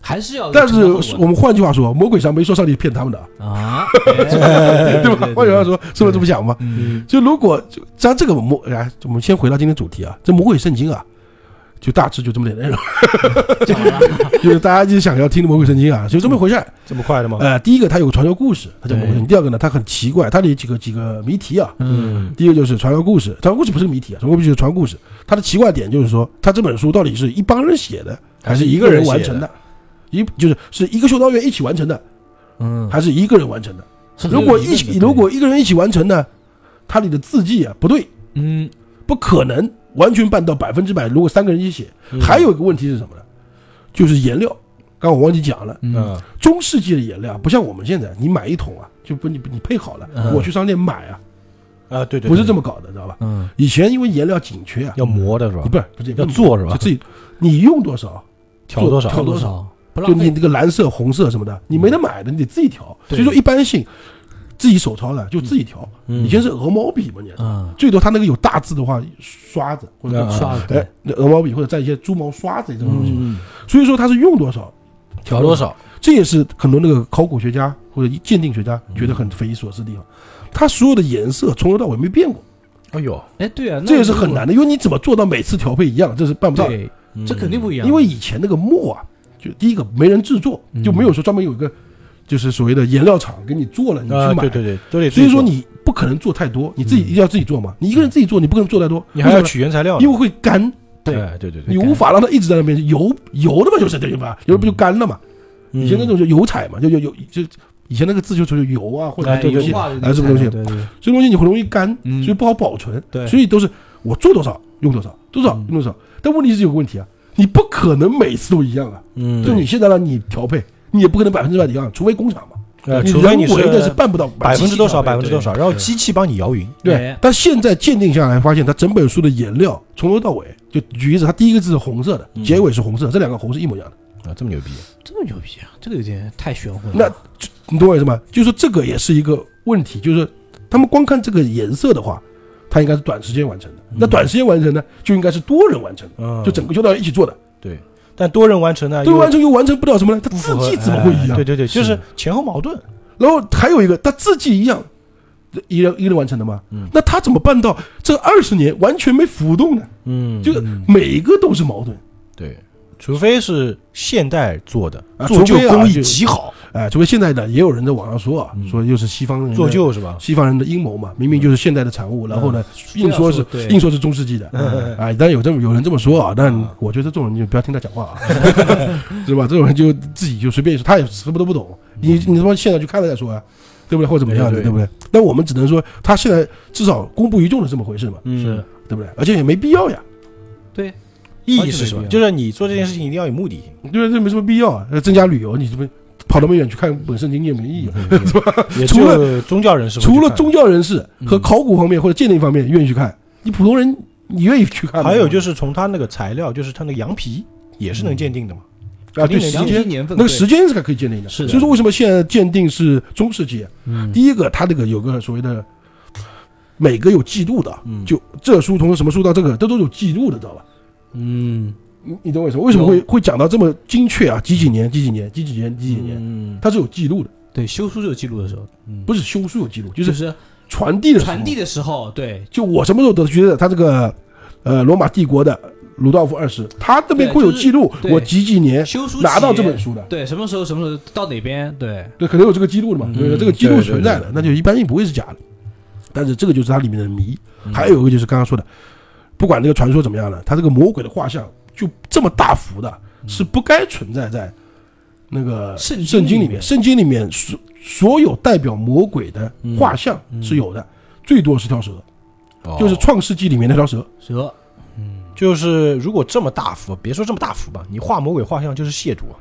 B: 还是要有
C: 但是
B: 承担后
C: 我
B: 果
C: 们换句话说，魔鬼上没说上帝骗他们的啊，
B: 的啊，哎
C: 对吧？换句话，说，是不是这么想嘛？
B: 嗯，
C: 就如果就咱这个魔，哎，我们先回到今天主题啊，这魔鬼圣经啊。就大致就这么点内容，
B: 讲完了，
C: 就是大家就想要听的魔鬼圣经啊，就这么回事儿。
A: 这么快的吗？
C: 呃，第一个它有个传说故事，它叫魔鬼圣经；
B: 对
C: 第二个呢，它很奇怪，它里有几个几个谜题啊，
B: 嗯，
C: 第一个就是传说故事，传说故事不是个谜题啊，传说故事就是传说故事。它的奇怪点就是说，它这本书到底是一帮人写的，还是一个人完成的？一就是是一个修道院一起完成的，
B: 嗯，
C: 还是一个人完成的？
B: 是很有
C: 如果
B: 疑
C: 一
B: 问的
C: 起如果一个人一起完成呢，它里的字迹啊不对，
B: 嗯
C: 不可能完全办到百分之百。如果三个人一起写，还有一个问题是什么呢？就是颜料，刚刚我忘记讲了，
B: 嗯，
A: 嗯，
C: 中世纪的颜料啊不像我们现在，你买一桶啊，就不你你配好了，
B: 嗯
C: 我去商店买啊，
A: 啊，对对，
C: 不是这
A: 么
C: 么搞的，知道吧？
B: 嗯，
C: 以前因为颜料紧缺啊，
A: 要磨的是吧
C: 你？不是不是
A: 要做是吧
C: 就自己你用多少，
A: 调多少？
C: 调多
B: 少不
C: 就
B: 浪
C: 你
B: 费，嗯
C: 那个蓝色、红色什么的，你没得买的，你得自己调。
B: 对
C: 所以说一般性，自己手抄的就自己调。
A: 嗯
C: 以前是鹅毛笔嘛，你啊
B: 嗯，
C: 最多他那个有大字的话，刷子或者
A: 嗯
B: 刷了
C: 哎那鹅毛笔或者蘸一些猪毛刷子这种东西。
A: 嗯，
C: 所以说他是用多少，
A: 调多少？
C: 这也是很多那个考古学家或者鉴定学家
B: 嗯
C: 觉得很匪夷所思的地方。它所有的颜色从头到尾没变过，
A: 哎呦，
B: 哎，对啊，那
C: 这也是
B: 如果
C: 很难的，因为你怎么做到每次调配一样，这是办不到的。嗯
B: 对，这肯定不一样，
C: 因为以前那个墨啊，就第一个没人制作，就没有说专门有一个就是所谓的颜料厂给你做了，你去
A: 啊，
C: 买。
A: 对对对，都得自
C: 所
A: 己
C: 以说
A: 做。
C: 你不可能做太多，你自己一定要自己做嘛。你一个人自己做，你不可能做太多，
A: 你还要
C: 为什么
A: 取原材料
C: 呢，
A: 呢，
C: 因为会干。
B: 对
A: 哎对对对，
C: 你无法让它一直在那边油油的嘛，就是对吧？油不就干了嘛？
A: 嗯
C: 以前那种就油彩嘛，就就油就以前那个字就就是油啊，或者
B: 哎
C: 这
B: 油
C: 东西，
B: 画的
C: 哎，什
A: 嗯
C: 么东西，
B: 对对对
C: 这东西你很容易干，
B: 嗯
C: 所以不好保存。
B: 对
C: 所以都是我做多少用多少，多少
B: 嗯
C: 用多少。但问题是有个问题啊，你不可能每次都一样啊。
A: 嗯，
C: 就你现在让你调配，你也不可能百分之百一样，除非工厂嘛。
A: 呃，
C: 你
A: 除非你
C: 人为的是办不到
A: 百分之多少，
C: 机器
A: 百
C: 调配
A: 分之多少，然后机器帮你摇匀。
C: 对
B: 哎
C: 但现在鉴定下来，发现它整本书的颜料从头到尾，就举例子，它第一个字是红色的，
A: 嗯
C: 结尾是红色，这两个红是一模一样的。
A: 啊，这么牛逼！
B: 这么牛逼啊，这个有点太玄乎了。
C: 那你懂我意思吗？就是说这个也是一个问题，就是说他们光看这个颜色的话，它应该是短时间完成的。那短时间完成呢，就应该是多人完成的，
A: 嗯
C: 就整个修道院一起做的。
A: 对，但多人完成呢，
C: 多人
A: 又
C: 完成又完成不了什么呢？他
A: 不
C: 字
A: 符合
C: 迹怎么会一
A: 哎
C: 样
A: 对？对对，就是前后矛盾。
C: 然后还有一个，他字迹一样，一人一人完成的吗？
A: 嗯
C: 那他怎么办到这二十年完全没浮动呢？
A: 嗯
C: 就是每一个都是矛盾，
A: 对，除非是现代做的，
C: 啊
A: 做旧
C: 除非啊
A: 工
C: 就
A: 艺极好，
C: 哎，除非现在呢，也有人在网上说啊，
A: 嗯
C: 说又是西方人的
A: 做旧是吧？
C: 西方人的阴谋嘛，明明就是现代的产物，然后呢，硬说是
B: 对
C: 硬说是中世纪的，
A: 嗯
C: 哎，但有这么有人这么说啊，但我觉得这种人就不要听他讲话啊， 是吧？这种人就自己就随便说，他也什么都不懂，你你他妈现在去看了再说啊，对不对？或者怎么样
A: 嗯
C: 的，
A: 对对对
C: 不对？但我们只能说，他现在至少公布于众的这么回事嘛，
A: 是
B: 是
C: 对不对？而且也没必要呀，
B: 对，
C: 啊
A: 意义是什么？
B: 完全没必要
A: 就是你做这件事情一定要有目的性，
C: 对吧？这没什么必要啊，增加旅游，你这不跑那么远去看本身你也没意义啊。
A: 也
C: 除
A: 只嗯有宗教人士会去
C: 除了
A: 看嗯
C: 宗教人士和考古方面或者鉴定方面愿意去看，你普通人你愿意去看吗？
A: 还有就是从它那个材料，就是它那个羊皮也是能鉴定的嘛。
C: 啊，
A: 肯
C: 对
A: 定
C: 时
A: 的
B: 详
C: 间
B: 细年份
C: 那个
B: 对
C: 时间是可以鉴定的，
B: 是的
C: 所以说为什么现在鉴定是中世纪？啊
B: 嗯
C: 第一个，它这个有个所谓的每个有记录的，
A: 嗯
C: 就这书从什么书到这个，这都有记录的，知道吧？
B: 嗯
C: 你你懂我意思吗？为什么
B: 有
C: 会会讲到这么精确啊？几几年？几几年？几几年？几几年？
B: 嗯，
C: 它是有记录的，
B: 对，修书有记录的时候，嗯，
C: 不是修书有记录，就
B: 就是是
C: 传递的时候
B: 传递。的时候，对，
C: 就我什么时候得觉得他这个呃罗马帝国的鲁道夫二世，他这边
B: 对
C: 会有
B: 就是
C: 记录，
B: 对
C: 我几几年
B: 修书
C: 拿到
B: 企
C: 这
B: 业
C: 本，书的。
B: 对，什么时候什么时候到哪边，对，
C: 对，可能有这个记录的嘛，
B: 嗯
C: 对吧这个记录
A: 对
C: 是存在的，那就一般性不会是假的。但是这个就是它里面的谜，
A: 嗯
C: 还有一个就是刚刚说的，不管这个传说怎么样了，它这个魔鬼的画像就这么大幅的，
A: 嗯
C: 是不该存在在那个
B: 圣经
C: 圣经里
B: 里面
C: 面。圣经里面所所有代表魔鬼的
A: 嗯
C: 画像是有的，最多十条蛇，
A: 哦
C: 就是创世纪里面那条蛇。
B: 蛇，
A: 就是如果这么大幅，别说这么大幅吧，你画魔鬼画像就是亵渎啊。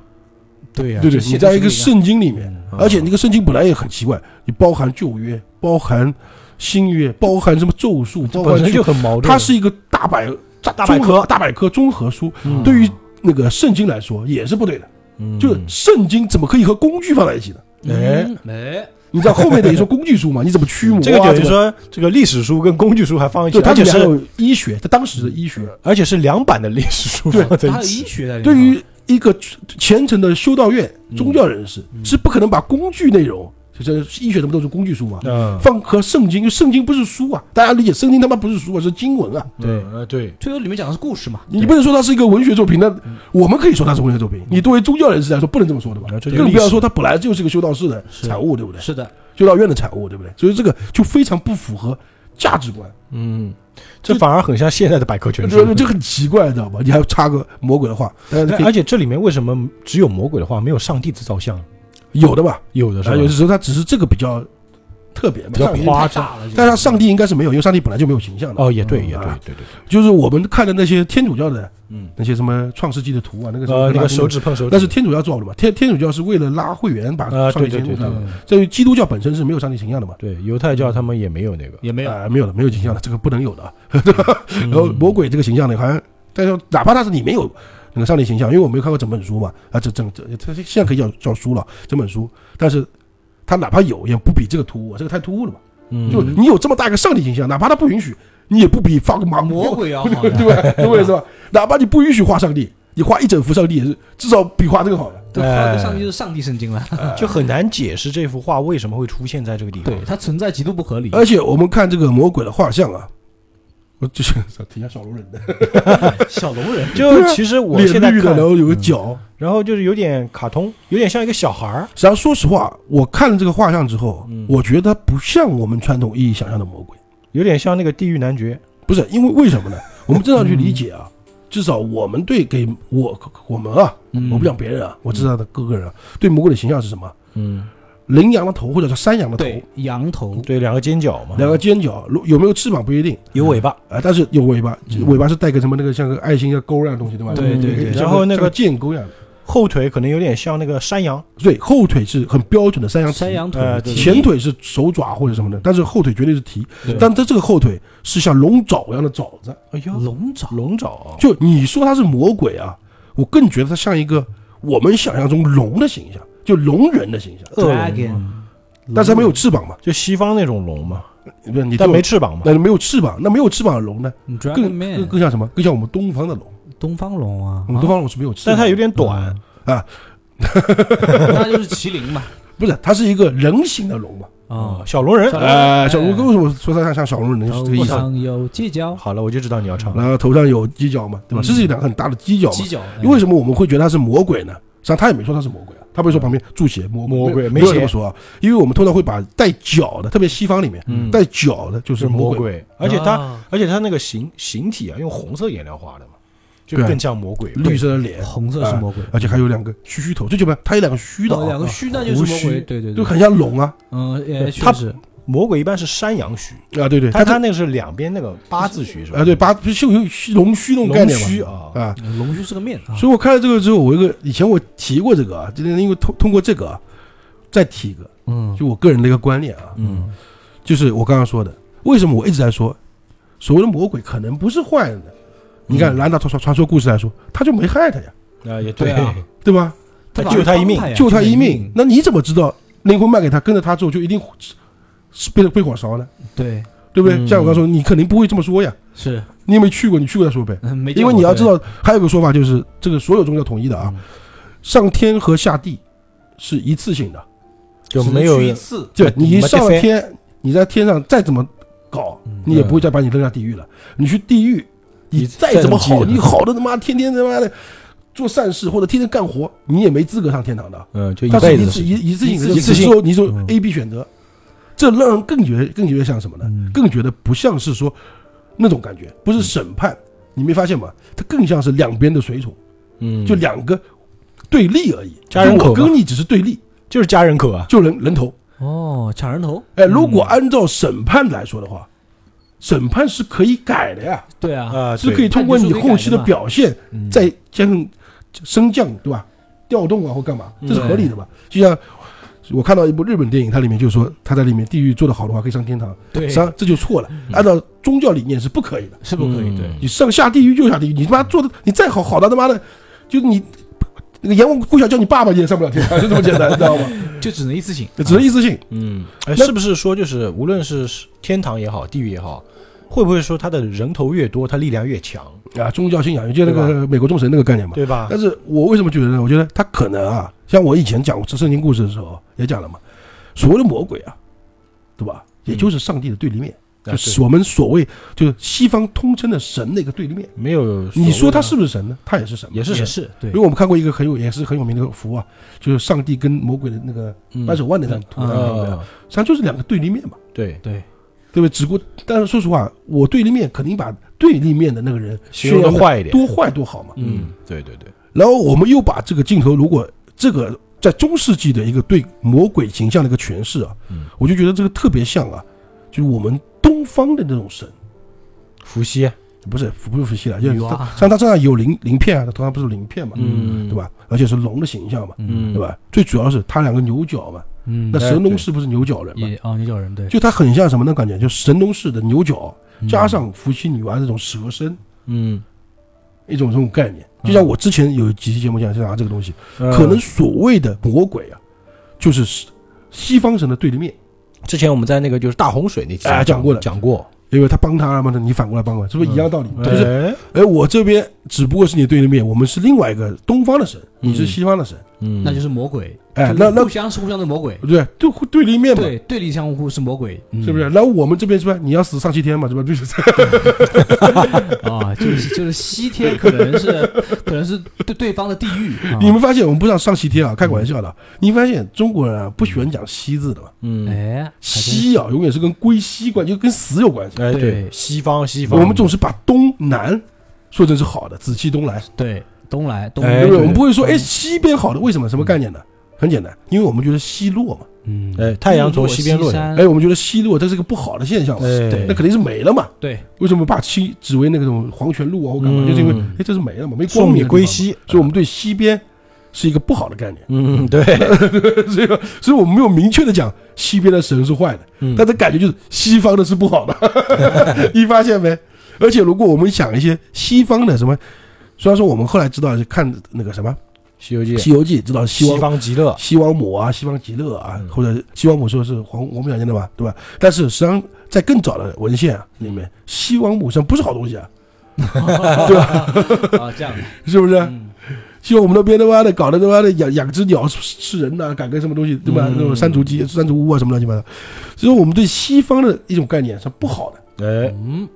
B: 对呀
C: 对对，你在一个圣经里面，
A: 嗯
C: 而且那个圣经本来也很奇怪，你包含旧约，包含新约，包含什么咒术，包含
A: 本身就很矛盾。
C: 它是一个大百大
A: 大百科
C: 综合大百科综合书，
A: 嗯
C: 对于那个圣经来说也是不对的。
A: 嗯
C: 就是圣经怎么可以和工具放在一起呢？
A: 哎
B: 嗯哎，
C: 你知道后面等于说工具书嘛？你怎么驱魔啊？
A: 这个等于
C: 怎么，
A: 说这个历史书跟工具书还放一起，
C: 对，它
A: 而且
C: 里面还
A: 是
C: 有医学，在当时的医学，
A: 而且是两版的历史书
C: 对
A: 放在
B: 哦
A: 一
B: 它有
A: 起
B: 医。学在里面，
C: 对于一个虔诚的修道院
A: 嗯
C: 宗教人士，是不可能把工具内容，就是医学什么都是工具书嘛，
A: 嗯，
C: 放和圣经，因为圣经不是书啊，大家理解，圣经他妈不是书啊，是经文啊。
A: 对，呃，对，
B: 最后里面讲的是故事嘛，
C: 你不能说它是一个文学作品，那我们可以说它是文学作品。你作为宗教人士来说，不能这么说的吧
A: 啊？这就是
C: 更
A: 历
C: 不要
A: 史
C: 说它本来就是一个修道士的产物，对不对？
B: 是的，
C: 修道院的产物，对不对？所以这个就非常不符合价值观，
A: 嗯，这反而很像现在的百科全
C: 这
A: 书。
C: 这很奇怪，你知道吧？你还要插个魔鬼的话，但是
A: 但
C: 可
A: 而
C: 以
A: 且这里面为什么只有魔鬼的话，没有上帝制造像？
C: 有的吧？
A: 有的是
C: 啊
A: 吧？
C: 有的时候它只是这个比较特别嘛，
A: 比较
C: 上帝
A: 夸
B: 太
A: 张
B: 大了，
C: 但是它上帝应该是没有，因为上帝本来就没有形象的。
A: 哦，也对，
C: 嗯
A: 也对
C: 啊，
A: 对对对。
C: 就是我们看的那些天主教的，
A: 嗯，
C: 那些什么创世纪的图啊，那个什么
A: 呃，那
C: 拉
A: 个
C: 丁
A: 手
C: 的，
A: 指碰手指，
C: 那是天主教做的嘛？天天主教是为了拉会员把
A: 啊，
C: 上
A: 对
C: 帝
A: 对
C: 揭
A: 对
C: 露
A: 对
C: 的嘛。
B: 嗯
C: 在于基督教本身是没有上帝形象的嘛，
A: 对，犹太教他们也没有那个，
B: 也没有，嗯
C: 啊，没有的，没有形象的，这个不能有的啊。然后魔鬼这个形象呢，好像但是哪怕它是里面有那个上帝形象，因为我没有看过整本书嘛，啊，这整这它现在可以叫叫书了，整本书，但是它哪怕有，也不比这个突兀，这个太突兀了嘛。
A: 嗯
C: 就你有这么大一个上帝形象，哪怕它不允许，你也不比放个马
B: 魔鬼啊要好
C: 对
B: 呀
C: 吧？对不对？是吧？哪怕你不允许画上帝，你画一整幅上帝也是至少比画这个好的。
B: 对，
A: 哎
B: 后来上帝就是上帝圣经
C: 哎
B: 了，
C: 嗯
A: 就很难解释这幅画为什么会出现在这个地方。
B: 对，它存在极度不合理，
C: 而且我们看这个魔鬼的画像啊，我就是挺像小龙人的，
B: 小龙人，
A: 就其实我现在
C: 啊脸绿的，
A: 看嗯
C: 然，后有个角。
A: 然后就是有点卡通，有点像一个小孩儿。
C: 实际上，说实话，我看了这个画像之后，
A: 嗯
C: 我觉得它不像我们传统意义想象的魔鬼，
A: 有点像那个地狱男爵，
C: 不是因为为什么呢？我们正常去理
A: 嗯
C: 解啊，至少我们对给我我们啊，
B: 嗯
C: 我不讲别人啊，我知道的各个人啊，对魔鬼的形象是什么？
A: 嗯，
C: 羚羊的头或者是山羊的
B: 对
C: 头，，
B: 羊头，
A: 对，两个尖角嘛，
C: 两个尖角，如有没有翅膀不一定
A: 有尾巴，
C: 啊，但是有尾巴，
A: 嗯
C: 尾巴是带个什么那个像个爱心一个钩一样的东西，对吧？
B: 对对对
C: 像个
A: 然后那个
C: 像箭钩一样的，
A: 后腿可能有点像那个山羊，
C: 对，后腿是很标准的山羊蹄
B: 山羊腿
A: 呃，
B: 对
C: 哎前腿是手爪或者什么的，但是后腿绝对是蹄
A: 对。
C: 但它这个后腿是像龙爪一样的爪子，
A: 哎呦，
B: 龙爪，
A: 龙爪，
C: 就你说它是魔鬼啊，我更觉得它像一个我们想象中龙的形象，就龙人的形象，
A: 恶龙
B: dragon，
A: 嘛
C: 但是它没有翅膀嘛，
A: 就西方那种龙嘛，
C: 你不是你
A: 但没
C: 对
A: 翅膀
C: 我
A: 嘛，
C: 那没有翅膀，那没有翅膀的龙呢，
B: dragon
C: 更更
B: man，
C: 更像什么？更像我们东方的龙，
B: 东方龙啊
C: 我，们东方龙是没有翅膀
A: 但
C: 的，
A: 它有点短，
B: 啊那就是麒麟嘛，
C: 不是，它是一个人形的龙嘛。
B: 啊，
A: 小龙人
B: 小。龙人
C: 哎，小龙为什么说它像像小龙人呢？哦就是这个
B: 头
C: 意思。
B: 上有犄角，
A: 好了，我就知道你要唱了。
C: 然后头上有犄角嘛，对吧？
B: 嗯
C: 这是一两个很大的犄角
B: 犄
C: 嘛。
B: 角，嗯
C: 为什么我们会觉得它是魔鬼呢？实际上他也没说他是魔鬼啊，他不会说旁边注写魔
A: 魔鬼没
C: 没有
A: 写
C: 这么说啊。因为我们通常会把带角的，特别西方里面
A: 嗯
C: 带角的就是是
A: 魔
C: 魔。
A: 鬼，而且它，
B: 啊
A: 而且它那个形形体啊，用红色颜料画的嘛，就
C: 对
A: 更像魔鬼。
C: 绿色的脸，
B: 红色是魔鬼，
C: 而且还有两个须须头，最起码它有两个须哎的啊，
B: 哦两个须那就是魔
C: 胡须
B: 鬼，对对
C: 就
B: 对，
C: 很像龙啊
B: 嗯，也确
A: 它
B: 实，
A: 魔鬼一般是山羊须，
C: 啊，对对，
A: 它
C: 它
A: 它那个是两边那个八字须是吧？
C: 啊对，八就有龙须那种概
A: 龙
C: 念嘛
A: 须啊，
C: 啊，
B: 嗯龙须是个面啊，
C: 所以我看了这个之后，我一个以前我提过这个啊，今天因为通通过这个啊，再提一个，
B: 嗯
C: 就我个人的一个观念啊，
A: 嗯
C: 就是我刚刚说的，为什么我一直在说，所谓的魔鬼可能不是坏人的。你
B: 嗯
C: 看，拿到传传传说故事来说，他就没害他呀，
A: 啊，也
B: 对啊，
C: 对吧？
A: 他
B: 他
A: 救他一
B: 哎
A: 命
C: 救他一命，，那你怎么知道灵魂卖给他，跟着他之后就一定是是被被火烧呢？
B: 对，
C: 对不
A: 嗯
C: 对？像我刚说，你肯定不会这么说呀。
B: 是，
C: 你有没有去过？你去过再说呗。
B: 嗯没见过，
C: 因为你要知
B: 对
C: 道，还有一个说法就是，这个所有宗教统一的啊，上天和下地是一次性的，
A: 就
B: 只能
A: 没有
B: 去一次，
C: 对你一
A: 没得
C: 上了
A: 翻
C: 天，你在天上再怎么搞，你也不会再把你扔下地狱了。你去地狱，
A: 嗯你
C: 你再
A: 再
C: 怎么
A: 怎么积
C: 好，
A: 累
C: 你好的他妈天天他妈的做善事或者天天干活，你也没资格上天堂的。
A: 嗯，就一
C: 它是
A: 辈
C: 一
A: 子的
C: 次
A: 事。
C: 一一次性的，
A: 一次性
C: 你说你说
A: 嗯
C: A、B 选择，这让人更觉更觉得像什么呢？
A: 嗯
C: 更觉得不像是说那种感觉，不是审判，你没发现吗？它更像是两边的水桶，
A: 嗯，
C: 就两个对立而已。
A: 家人
C: 就
A: 口
C: 我
A: 嘛
C: 跟你只是对立，
A: 就是加人口啊，
C: 就人人头。
B: 哦，抢人头，
C: 哎，如果按照审判来说的话，审判是可以改的呀，
B: 对啊，
A: 啊，
C: 是
A: 对
C: 可以通过你后期的表现，
B: 嗯
C: 再加上升降，对吧？调动啊或干嘛，这是合理的吧？就像我看到一部日本电影，它里面就说他在里面地狱做得好的话可以上天堂，
B: 对，
C: 实际上这就错了。按照宗教理念是不可以的，
B: 是不可以，
A: 嗯
B: 对，
C: 你上下地狱就下地狱，你他妈做的你再好好的他妈的，就你那个阎王跪下叫你爸爸你也上不了天堂，就这么简单，你知道吗？
B: 就只能一次性，啊
C: 只能一次性。
A: 嗯，哎，
C: 那
A: 是不是说就是无论是天堂也好，地狱也好，会不会说他的人头越多，他力量越强，
C: 啊，宗教信仰，就那个美国众神那个概念嘛。
A: 对吧？啊
C: 但是我为什么觉得呢？我觉得他可能啊，像我以前讲过圣经故事的时候也讲了嘛，所谓的魔鬼啊，对吧？也就是上帝的对立面，
A: 啊
C: 就是我们所谓就是西方通称的神的一个对立面。
A: 没有，
C: 你说他是不是神呢？他也是神嘛，
A: 也是
B: 也
A: 神，
B: 是对
C: 因为，我们看过一个很有也是很有名的符啊，就是上帝跟魔鬼的那个
A: 嗯
C: 扳手腕的那张图，实
A: 啊，
C: 际上就是两个对立面嘛，
A: 对，
B: 对，
C: 对不对？只不过，但是说实话，我对立面肯定把对立面的那个人
A: 形容
C: 的
A: 的坏一点，
C: 多坏多好嘛，
A: 嗯，对对对，
C: 然后我们又把这个镜头，如果这个在中世纪的一个对魔鬼形象的一个诠释啊，
A: 嗯
C: 我就觉得这个特别像啊，就是我们东方的那种神，
A: 伏羲，
C: 不是不是伏羲了，就是
B: 有
C: 他
B: 啊
C: 像他身上有鳞鳞片啊，他头上不是有鳞片嘛，
A: 嗯
C: 对？吧？而且是龙的形象嘛，
B: 嗯
A: 嗯，
C: 对？吧？最主要是他两个牛角嘛，
B: 嗯
C: 那，神
A: 对
C: 农氏不是牛角人嘛？
B: 也啊，你叫人对，
C: 就他很像什么呢？感觉就神农氏的牛角，
B: 嗯
C: 加上伏羲女娲这种蛇身，
A: 嗯，
C: 一种这种概念。就像我之前有几期节目讲讲这个东西，可能所谓的魔鬼啊，就是西西方神的对立面，
A: 之前我们在那个就是大洪水那期
C: 哎讲过了
A: 讲过，
C: 因为他帮他了嘛，那你反过来帮我，是不是一样道理？
A: 就
C: 就是，
A: 是，
C: 哎，我这边只不过是你的对立面，我们是另外一个东方的神，
A: 嗯
C: 你是西方的神，
A: 嗯，
B: 那就是魔鬼，
C: 哎
B: 就
C: 那那
B: 互相是互相的魔鬼
C: 对，不对？就会对立面嘛，
B: 对，对立相互是魔鬼，
A: 嗯
C: 是不是？然后我们这边是吧？你要死上西天嘛，对吧？就是 这样，
B: 啊，就是就是西天可能是可能是对对方的地狱，啊
C: 你们发现我们不知道上西天啊，开个玩笑的啊。你发现中国人啊不喜欢讲西字的嘛？
A: 嗯，
B: 哎，
C: 西啊，永远是跟归西关，就跟死有关系。
A: 哎，对，
B: 对
A: 西方西方，
C: 我们总是把东南说成是好的，紫气东来。
B: 对东来东
A: 哎
C: 对
B: 来
C: 不对？
A: 对
C: 我们不会说，哎，西边好的，为什么？什么概念呢？很简单，因为我们觉得西落嘛，
B: 嗯，
A: 哎，太阳从西边落下，
B: 山
C: 哎，我们觉得西落这是个不好的现象嘛，
A: 哎，
B: 对
C: 那肯定是没了嘛。
B: 对，
C: 为什么把西指为那种黄泉路啊或干嘛？
A: 嗯
C: 就是因为，哎，这是没了嘛，没光
A: 送
C: 明
A: 你
C: 的地方嘛
A: 归，西，
C: 所以我们对西边是一个不好的概念，
A: 嗯， 对，
C: 所以所以我们没有明确的讲西边的神是坏的，
A: 嗯
C: 但这感觉就是西方的是不好的， 你发现没？而且如果我们想一些西方的什么，虽然说我们后来知道是看那个什么
A: 西游记
C: 《西游记》，知道西
A: 西
C: 方
A: 方极乐，
C: 西王母啊，西方极乐啊
A: 嗯，
C: 或者西王母说是黄王母娘娘的吧，对吧？但是实际上在更早的文献啊里面，西王母实际上不是好东西啊，
B: 啊，这样，
C: 是不是？
B: 嗯
C: 西王母那边他妈的搞得他妈的养养只鸟吃吃人呐、赶个什么东西对吧？
A: 嗯
C: 那种山竹鸡、山竹屋啊什么乱七八糟，所以我们对西方的一种概念是不好的，
A: 哎，
B: 嗯，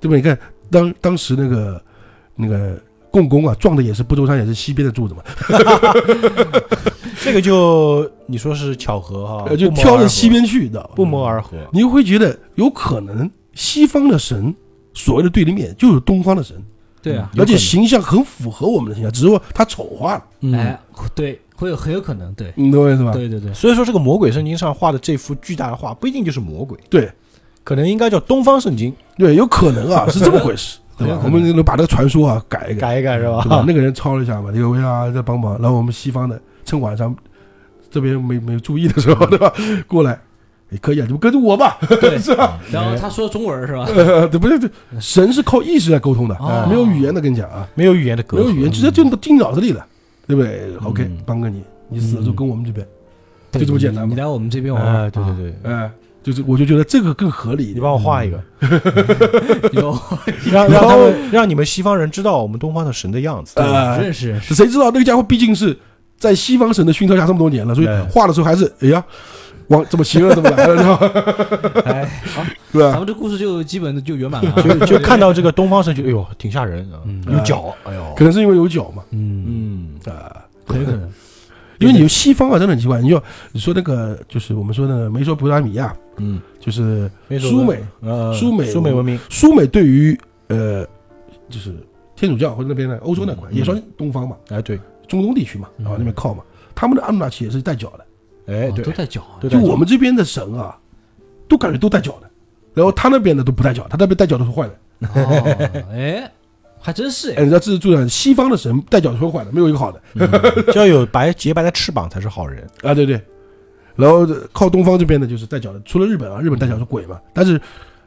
C: 对吧？你看当当时那个那个共工啊撞的也是不周山，也是西边的柱子嘛，
A: 这个就你说是巧合哈
C: 呃，就
A: 啊不谋
C: 挑
A: 而
C: 着
A: 合
C: 西边去，你知道吧？
A: 不谋而合，
C: 你会觉得有可能西方的神所谓的对立面就是东方的神，
B: 对啊，
A: 有可
C: 而
A: 能
C: 且形象很符合我们的形象，只是说他丑化了，
A: 嗯，
B: 哎，对，会有很有可能，对，
C: 你懂我意思吧？
B: 对对对，
A: 所以说这个魔鬼圣经上画的这幅巨大的画不一定就是魔鬼，
C: 对
A: 可能应该叫东方圣经，
C: 对有可能啊，是这么 回事，对吧
A: 有？可
C: 我
A: 能
C: 们能把这个传说啊改一改，
A: 改一改是吧
C: 对啊吧？？那个人抄了一下嘛，这个维亚再帮忙，然后我们西方的趁晚上这边没没注意的时候，对吧？过来，哎，也可以啊，你们跟着我吧，
B: 对
C: 是吧？
B: 然后他说中文是吧？
A: 嗯
C: 呃，对，不是，对神是靠意识来沟通的，
B: 哦
C: 没有语言的，跟你讲啊，
A: 没有语言的隔
C: 没有语
A: 阂。
C: 言，直接就进脑子里的，对不对？OK，
A: 嗯
C: 帮个你，你死了就跟我们这边，就这么简单
B: 你
C: 嘛。
B: 来我们这边玩
A: 啊，
B: 玩，
A: 对对对，
C: 哎，就是我就觉得这个更合理一
A: 你
C: 点。
A: 帮我画一个，
B: 对，你帮我
A: 让让他们让你们西方人知道我们东方的神的样子。
C: 呃
B: 认识认识，
C: 谁知道那个家伙毕竟是在西方神的熏陶下这么多年了，所以
A: 对
C: 画的时候还是哎呀，往怎么邪恶怎么来了，知道吧
B: 哎，好，
C: 对
B: 咱
C: 吧？
B: 们这故事就基本就圆满了啊，
A: 啊就就看到这个东方神，就哎呦，挺吓人啊，
B: 嗯
A: 有脚，哎呦，
C: 可能是因为有脚嘛，
B: 嗯，
A: 嗯，
C: 啊，
B: 很有可能，
C: 因为你西方啊，真的很奇怪。你就你说那个，就是我们说那个美索不达米亚，
A: 嗯，
C: 就是
A: 没什么
C: 苏美，
A: 呃，
C: 苏美
A: 苏美文明，
C: 苏美对于呃，就是天主教或者那边的欧洲那块，
A: 嗯
C: 也算东方嘛，
A: 哎，对，
C: 中东地区嘛，
B: 嗯
C: 然后那边靠嘛，他们的阿努纳奇也是带脚的，
A: 哎，
B: 哦
A: 对
B: 都，在讲啊，
A: 对
C: 就我们这边的神啊，都感觉都带脚的，然后他那边的都不带脚，他那边带脚都是坏的。
B: 哦哎，还真是
C: 哎，
B: 哎，
C: 人家自助的西方的神带脚都是坏的，没有一个好的
A: 嗯就要有白洁白的翅膀才是好人。
C: 啊，对对。然后靠东方这边的就是带脚的，除了日本啊，日本带脚是鬼嘛，但是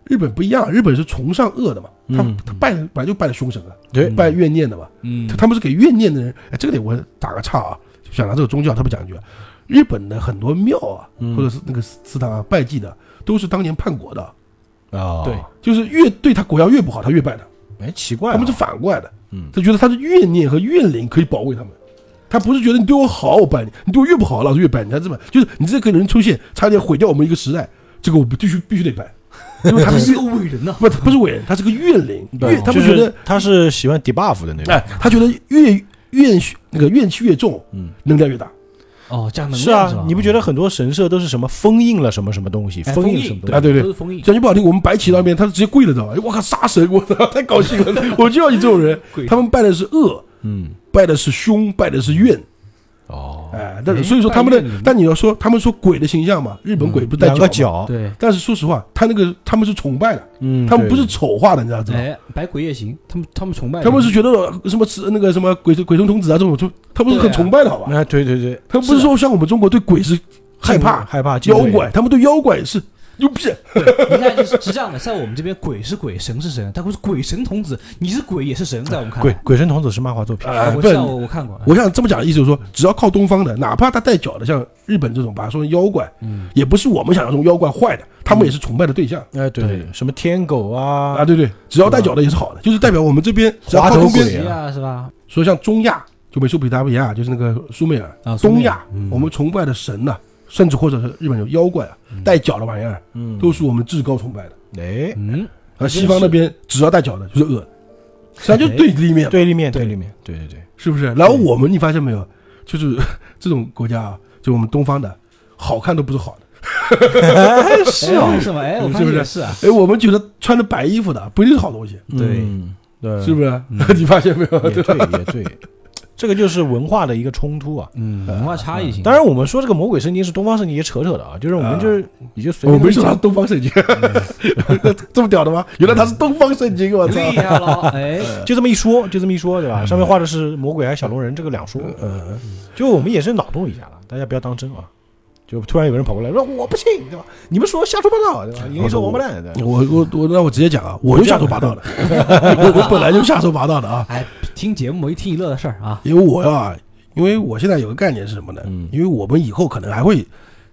C: 日本不一样，日本是崇尚恶的嘛，他
A: 嗯
C: 他拜的本来就拜的凶神啊，
A: 对
C: 拜怨念的嘛，
B: 嗯
C: 他，他们是给怨念的人。哎，这个点我打个岔啊，就想到这个宗教，他们讲一句啊，日本的很多庙啊，
A: 嗯
C: 或者是那个祠堂啊，拜祭的都是当年叛国的，
A: 啊，
B: 对，
C: 就是越对他国家越不好，他越拜他，
A: 哎，奇怪啊，
C: 他们是反过来的，
A: 嗯
C: 他觉得他的怨念和怨灵可以保卫他们。他不是觉得你对我好，我拜你；你对我越不好，老子越拜你。他这么就是你这个人出现，差点毁掉我们一个时代，这个我必须必须得拜，因
A: 哎
C: 为他
B: 这
C: 是
B: 是
C: 个
B: 个伟人呐，
C: 不他不是伟人，他是个怨灵，
A: 对
C: 怨他
A: 就
C: 们
A: 是
C: 觉得
A: 他是喜欢 debuff 的那种。
C: 哎，他觉得越怨那个怨气越重，
A: 嗯，
C: 能量越大。
B: 哦，加能量
A: 是
B: 吧
A: 啊，你不觉得很多神社都是什么封印了什么什么东西，
B: 哎
A: 印什
B: 印
A: 么东西？
C: 啊对对
B: 都是封印，
C: 讲句不好听，我们白起那边他是直接跪了，知道吧？哎我靠，杀神！我操，太高兴了！ 我就要你这种人
B: 跪。
C: 他们拜的是恶，
A: 嗯，
C: 拜的是凶，拜的是怨。
A: 哦，
C: 哎，但
B: 哎
C: 是所以说他们
B: 拜怨
C: 的
B: 灵，
C: 但你要说他们说鬼的形象嘛，日本鬼不是带
A: 两个
C: 角吗。
A: 角，
B: 对，
C: 但是说实话，他那个他们是崇拜的，
A: 嗯，
C: 他们不是
A: 对
C: 丑化的，你知道知道吧？
B: 哎，百鬼夜行，他们他们崇拜
C: 他们
B: 人
C: 是觉得什么是那个什么鬼鬼神童子啊这种，就他们是
B: 对
C: 很
B: 啊
C: 崇拜的，好吧？
A: 哎，对对对，
C: 他们不是说像我们中国对鬼是害怕
A: 害怕
C: 妖，怪，他们对妖怪是牛逼。啊
B: 你看就是是这样的，在我们这边鬼是鬼，神是神，他们是鬼神童子，你是鬼也是神，在我们看
A: 鬼
B: 来，
A: 鬼神童子是漫画作品，
C: 哎
B: 啊我
C: 不
B: 知
C: 是
B: 道我我看过，
C: 我想这么讲的意思就是说，只要靠东方的，哪怕他带脚的，像日本这种，把它说成妖怪，
B: 嗯，
C: 也不是我们想象中妖怪坏的，他们也是崇拜的对象
A: 哎，对对，对什么天狗
C: 啊，
A: 啊，
C: 对对，只要带脚的也是好的，就是代表我们这边只要
A: 华
C: 靠
A: 头
C: 东边，
A: 鬼
B: 是啊是吧？
C: 说像中亚，就美索不达米亚，就是那个苏美尔，
B: 啊苏
C: 东
B: 美尔
C: 亚，我们崇拜的神呐、甚至或者是日本有妖怪啊，带脚的玩意儿，
A: 嗯，
C: 都是我们至高崇拜的。
A: 哎，
B: 嗯，
C: 而西方那边只要带脚的 就是恶的，实际上就对立面，
A: 对立面，对立面，对对对，
C: 是不是？然后我们你发现没有，就是 这种国家啊，就我们东方的，好看都不是好的。
B: 是
A: 哦
B: 啊，为什么？哎，我发现也是啊，
C: 哎，我们觉得穿着白衣服的啊不一定是好东西，
B: 对
A: 嗯对，
C: 是不是？
B: 嗯
C: 你发现没有？
A: 也对也 对，这个就是文化的一个冲突啊。
B: 嗯，
C: 呃
B: 文化差异性，
A: 当然，我们说这个魔鬼圣经是东方圣经也扯扯的啊，哦就是我们就是你就随
C: 我
A: 便
C: 没
A: 一
C: 说他
A: 讲
C: 是东方圣经，
B: 嗯
C: 这么屌的吗？原来他是东方圣经，我操！
B: 厉害了，哎，
A: 就这么一说，就这么一说，对吧？上面画的是魔鬼还是小龙人，这个两说。
C: 嗯，
A: 就我们也是脑洞一下了，大家不要当真啊。就突然有人跑过来说我不信，对吧？你们说瞎说八道，对吧？你们说王八蛋，对吧？
C: 我我我，那我直接讲啊，我就瞎说八道 的，我我本来就瞎说八道的啊，
B: 哎，听节目一听一乐的事儿啊，
C: 因为我啊，因为我现在有个概念是什么呢？
A: 嗯
C: 因为我们以后可能还会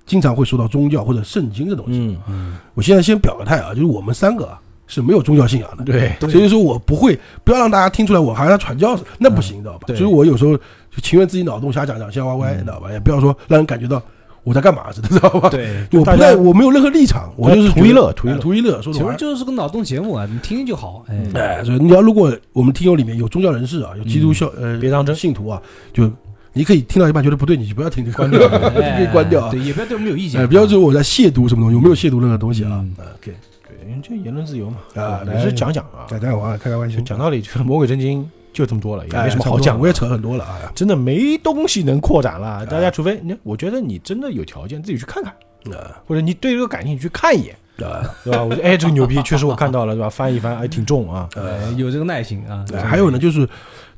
C: 经常会说到宗教或者圣经这东西，
A: 嗯，
C: 我现在先表个态啊，就是我们三个啊是没有宗教信仰的，
A: 对，
C: 所以说我不会，不要让大家听出来我还要传教士，那不行，知道吧？
A: 嗯对嗯
C: 所以我有时候就情愿自己脑洞瞎讲讲，瞎歪歪，知道吧？也不要说让人感觉到我在干嘛似的，知道吧？，
B: 对。
C: 我不
A: 大
C: 在，
A: 家呃
C: 我没有任何立场，我就是
A: 图一乐
C: 觉
A: 图一乐
C: 得哎图一乐，说
B: 其
C: 实
B: 实就是个脑洞节目啊，你听听就好。
A: 嗯
B: 哎，
C: 哎，所以你要如果我们听友里面有宗教人士啊，有基督教、呃
A: 别当真
C: 信徒啊，就你可以听到一半觉得不对，你就不要听，就关掉，
B: 哎
C: 你可以关掉啊。
B: 对，也不要对我们有意见啊
C: 哎，。不要说我在亵渎什么东西，我没有亵渎任何东西啊。
B: 嗯
C: 啊，给
A: 对，就言论自由嘛，
C: 啊
A: 也是讲讲啊。
C: 大家玩开开玩笑
A: 就，讲道理，就是魔鬼真经就这么多了，哎也
C: 哎
A: 没什么
C: 差不
A: 好
C: 多
A: 讲
C: 我也
A: 的。
C: 扯很多了啊。
A: 真的没东西能扩展了，大家除非你，我觉得你真的有条件自己去看看，
C: 嗯
A: 或者你对这个感兴趣去看一眼，
C: 啊，
A: 对吧？我觉得哎， 这个牛逼，确实我看到了，对吧？翻一翻，哎，挺重啊。
B: 哎，有这个耐心啊。
C: 还有呢，就是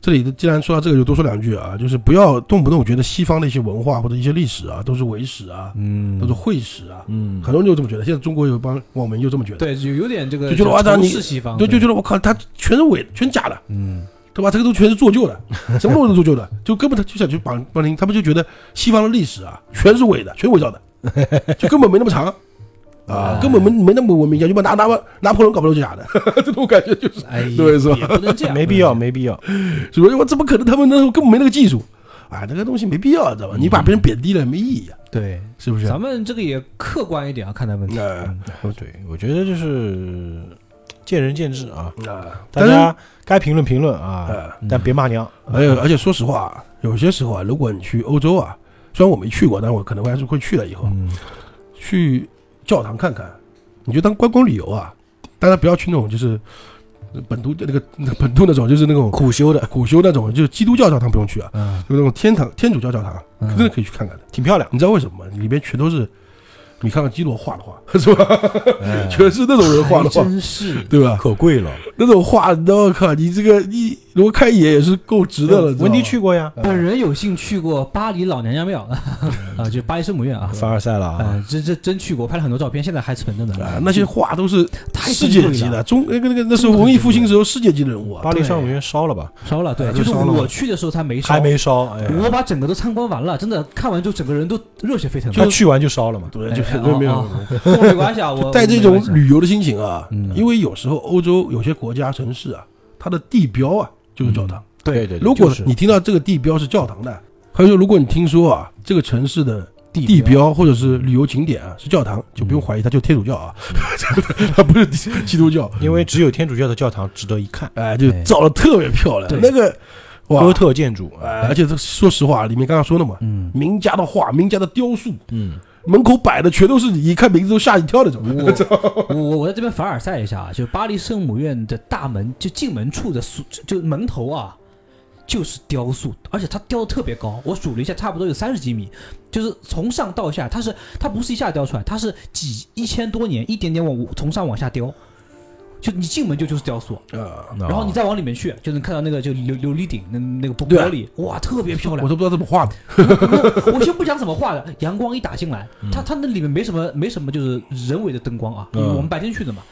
C: 这里既然说到这个，就多说两句啊，就是不要动不动觉得西方的一些文化或者一些历史啊，都是伪史啊，
B: 嗯
C: 都是会史啊，
A: 嗯，
C: 很多人就这么觉得。现在中国有帮网民就这么觉得，
B: 对，就有点这个
C: 就觉得哇那
B: 仇
C: 你
B: 视西方，
C: 对，就觉得我靠，他全是伪，全假的，
B: 嗯
C: 对吧？这个都全是做 旧的，什么东西都做旧的，就根本他就想去绑绑定，他们就觉得西方的历史啊，全是伪的，全伪造的， 就根本没那么长。啊，根本没没那么文明，要就把拿拿拿破仑搞不都是假 的，这种感觉就是，
B: 哎呀，
C: 对是吧
B: 也不能这样，
A: 没必要，没必要。
C: 所以我怎么可能他们那时候根本没那个技术？啊，这个东西没必要，知道吧？你把别人贬低了也没意义啊，
B: 对，
C: 是不是？
B: 咱们这个也客观一点啊，看待问题。
C: 呃
A: 对，我觉得就是见仁见智啊，
C: 啊，
A: 大
C: 但是
A: 家该评论评论啊，
C: 呃，
A: 但别骂娘。
C: 还有而且说实话啊，有些时候啊，如果你去欧洲啊，虽然我没去过，但我可能还是会去了以后，
A: 嗯，
C: 去教堂看看，你就当观光旅游啊，当然不要去那种就是本土那个那个本土那种，就是那种
A: 苦修的，
C: 苦修那种，就是基督教教堂不用去啊，
B: 嗯，
C: 就那种天堂天主教教堂，
B: 嗯
C: 真的可以去看看的。
A: 挺漂亮。
C: 你知道为什么吗？里面全都是，你看看基罗画的 画，是吧？全是那种人画的
B: 还
C: 画，
B: 真是
C: 对吧？
A: 可贵了，
C: 那种画，我靠，你这个你如果看一眼也是够值的了。知道
A: 文
C: 吗
A: 迪去过呀，
B: 本人有幸去过巴黎老娘娘庙 啊，就巴黎圣母院啊，
A: 凡尔赛了啊，
B: 嗯，真真真去过，拍了很多照片，现在还存着呢。
C: 啊，那些画都是
B: 太
C: 世
B: 珍
C: 界
B: 贵
C: 级
B: 了
C: 的，中那个那个那时候文艺复兴时候世界级的人物啊
A: 巴。黎圣母院烧了吧？
B: 烧了，对，
C: 啊
B: 就是
C: 就烧了
B: 我去的时候他没烧，
A: 还没烧，哎呀，
B: 我把整个都参观完了，真的看完之后整个人都热血沸腾了。
A: 他去完就烧了嘛。
C: 对，
B: 哎
C: 就是
B: 哎
C: 没有没有
B: 哦哦跟我没关系啊，我
C: 带这
B: 我
C: 种
B: 没关系
C: 旅游的心情啊
B: 嗯，
C: 因为有时候欧洲有些国家城市啊，它的地标啊就是教堂。
A: 嗯对对，对
C: 如果
A: 就是
C: 你听到这个地标是教堂的，还有说如果你听说啊这个城市的地标或者是旅游景点啊是教堂，就不用怀疑它就是天主教啊， 它不是基督教。
A: 因为只有天主教的教堂值得一看，
C: 哎，就造的特别漂亮
B: 对，
C: 那个哇
A: 哥，特建筑，
C: 哎而且这说实话，里面刚刚说了嘛，
B: 嗯，
C: 名家的画、名家的雕塑，
A: 嗯，
C: 门口摆的全都是你一看名字都吓一跳那种。
B: 我我我在这边凡尔赛一下啊，就巴黎圣母院的大门，就进门处的塑，就就门头啊，就是雕塑，而且它雕的特别高，我数了一下，差不多有三十几米，就是从上到下，它是它不是一下雕出来，它是几一千多年一点点往从上往下雕，就你进门就就是雕塑，
C: 啊，
A: 然
B: 然后你再往里面去，就能看到那个就琉琉璃顶那那个玻
C: 对啊
B: 玻璃，哇，特别漂亮
C: 我。都不知道怎么画的。
B: 我我先不讲怎么画的，阳光一打进来，
A: 嗯
B: 它它那里面没什么没什么就是人为的灯光啊，因为
A: 嗯
B: 我们白天去的嘛，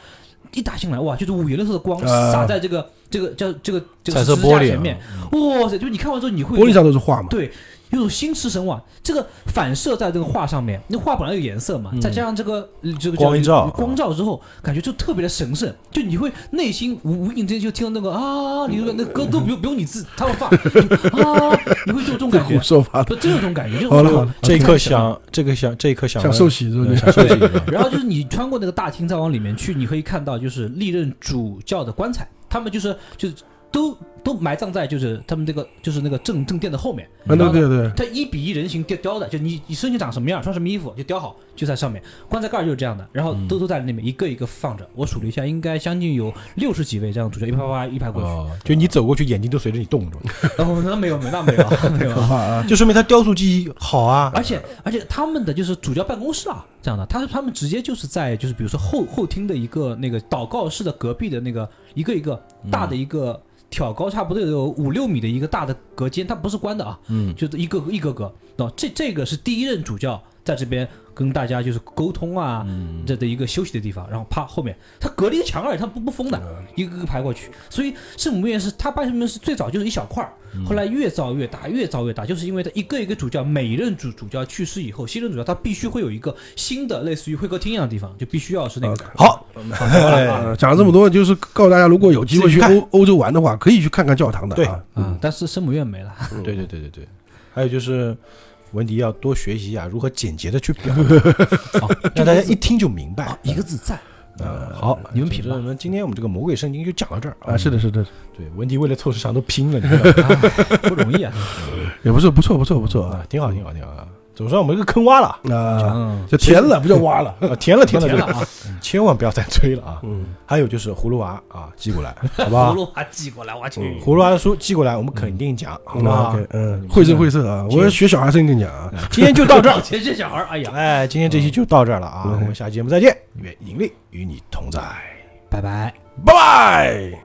B: 一打进来哇，就是五颜六色的光
C: 啊
B: 洒在这个这个叫这个这个
A: 呃彩色
B: 十字架
A: 玻璃啊
B: 前面，哇塞！就你看完之后你会
C: 玻璃上都是画嘛，
B: 对有种心驰神往，这个反射在这个画上面，那画本来有颜色嘛，
A: 嗯
B: 再加上这个呃这个叫
A: 光一照
B: 光照之后，感觉就特别的神圣，就你会内心无无意之间就听到那个啊，你说那歌都不用不用你自他们放啊，你 会就有这种
C: 这
B: 感觉
C: 个。说法
B: 不，真有这种感觉，就是
C: 好了
B: 我
C: 好了
A: 啊这一刻想，这个想，这一刻想
C: 想受洗是不
A: 对
C: 是？
A: 想休息一下。
B: 然后就是你穿过那个大厅，再往里面去，你可以看到就是历任主教的棺材，他们就是就是都都埋葬在就是他们这个就是那个正正殿的后面。
C: 啊，
B: 然
C: 对
B: 后
C: 对
A: 哎
C: 对，
B: 它一比一人形雕雕的，就你你身形长什么样，穿什么衣服就雕好，就在上面。棺材盖儿就是这样的，然后都都在那边一个一个放着。我数了一下，应该将近有六十几位这样的主教，一排排一排过去。
A: 哦，就你走过去，眼睛都随着你动着，
B: 哦，那没有没有那没有没有
C: 可。怕啊！
A: 就说明他雕塑技艺好啊。
B: 而且而且他们的就是主教办公室啊，这样的，他他们直接就是在就是比如说后后厅的一个那个祷告室的隔壁的那个一个一个大的一个挑高差不多有五六米的一个大的隔间，它不是关的啊，
A: 嗯，
B: 就是一个一个个，那这这个是第一任主教在这边跟大家就是沟通啊。
A: 嗯
B: 这的一个休息的地方，然后啪后面它隔了一个墙而已，它不不封的，
A: 嗯
B: 一个个排过去。所以圣母院是它办圣母院是最早就是一小块儿，
A: 嗯
B: 后来越造越大，越造越大，就是因为它一个一个主教，每一任主主教去世以后，新任主教他必须会有一个新的类似于会客厅一样的地方，就必须要是那个。啊
A: 好，
C: 呃讲了这么多，就是告诉大家，如果有机会去
A: 哎自己
C: 欧欧洲玩的话，可以去看看教堂的啊。
A: 嗯
B: 啊，但是圣母院没 了，
A: 对对对对对，还有就是。文迪要多学习一下如何简洁的去表达，让大家一听就明白。
B: 啊一个字在。
A: 嗯，好，
B: 你们品吧
A: 我们今天我们这个魔鬼圣经就讲到这儿
C: 啊，是的，是的，是的
A: 对，文迪为了凑时长都拼了，你知道吗？
B: 不容 易啊！
C: 也不错，不错，不错，不错啊
A: 啊，挺好，挺好，挺好啊！总算我们这个坑挖了啊，
C: 啊，
B: 嗯，
C: 就填了，不叫挖了。
A: 啊填了， 填了，
B: 甜
A: 填
B: 了
A: 了，
B: 啊，
A: 千万不要再吹了啊！
C: 嗯，
A: 还有就是葫芦娃啊，寄过来，好不
B: 葫
A: 好？
B: 芦娃寄过来，我去。
A: 葫芦娃的书寄过来，我们肯定讲，好不好？
C: OK，嗯，绘声绘色啊，我要学小孩声音跟你讲啊。
A: 嗯今天就到这儿
B: 老，前些小孩儿，哎呀，
A: 哎，今天这期就到这儿了啊！
C: 嗯
A: 我们下期节目再见，愿盈利与你同在，
B: 拜拜。
A: 拜拜。